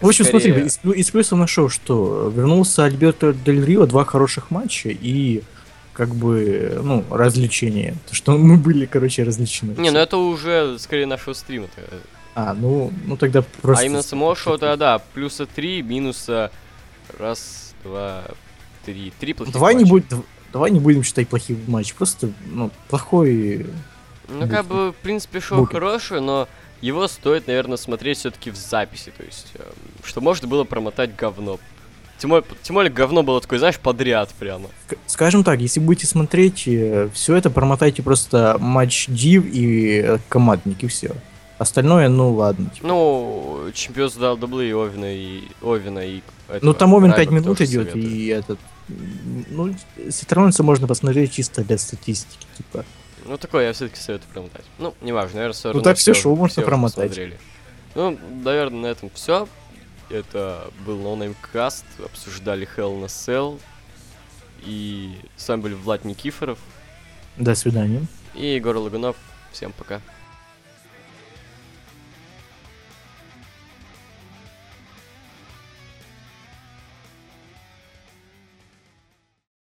Speaker 2: В общем,
Speaker 1: скорее-
Speaker 2: смотри, из, плю- из плюсов нашел, что вернулся Альберто Дель Рио, два хороших матча и как бы, ну, развлечения. То, что мы были, короче, развлечены.
Speaker 1: Не, ну это уже скорее нашего стрима. -то.
Speaker 2: А, ну, ну тогда просто...
Speaker 1: А именно самого шоу, да, да, плюса 3, минуса раз, два, три. Три плохих
Speaker 2: Давай не,
Speaker 1: матча.
Speaker 2: будь, дв- давай не будем считать плохие матчи, просто, ну, плохой...
Speaker 1: Ну, как
Speaker 2: Букинг.
Speaker 1: бы, в принципе, шоу
Speaker 2: Букинг.
Speaker 1: хорошее, но его стоит, наверное, смотреть все-таки в записи. То есть, э, что можно было промотать говно. Тем более, тем более говно было такое, знаешь, подряд прямо.
Speaker 2: Ск- Скажем так, если будете смотреть, все это промотайте просто матч Див и э, командник, и все. Остальное, ну, ладно. типа.
Speaker 1: Ну, чемпион дал даблы и Овина, и Овина, и...
Speaker 2: Ну,
Speaker 1: этого,
Speaker 2: там Овен
Speaker 1: Райбок
Speaker 2: 5 минут
Speaker 1: тоже
Speaker 2: идет,
Speaker 1: советую.
Speaker 2: и этот... м, Ну, Ситронса можно посмотреть чисто для статистики, типа.
Speaker 1: Ну, такое я все-таки советую промотать. Ну, неважно, наверное, все
Speaker 2: Ну,
Speaker 1: равно
Speaker 2: так всё
Speaker 1: всё-
Speaker 2: шоу можно
Speaker 1: всё уже
Speaker 2: промотать.
Speaker 1: посмотрели. Ну, наверное, на этом все. Это был No Name Cast. Обсуждали Hell на Cell. И с вами был Влад Никифоров.
Speaker 2: До свидания.
Speaker 1: И Егор Лагунов. Всем пока.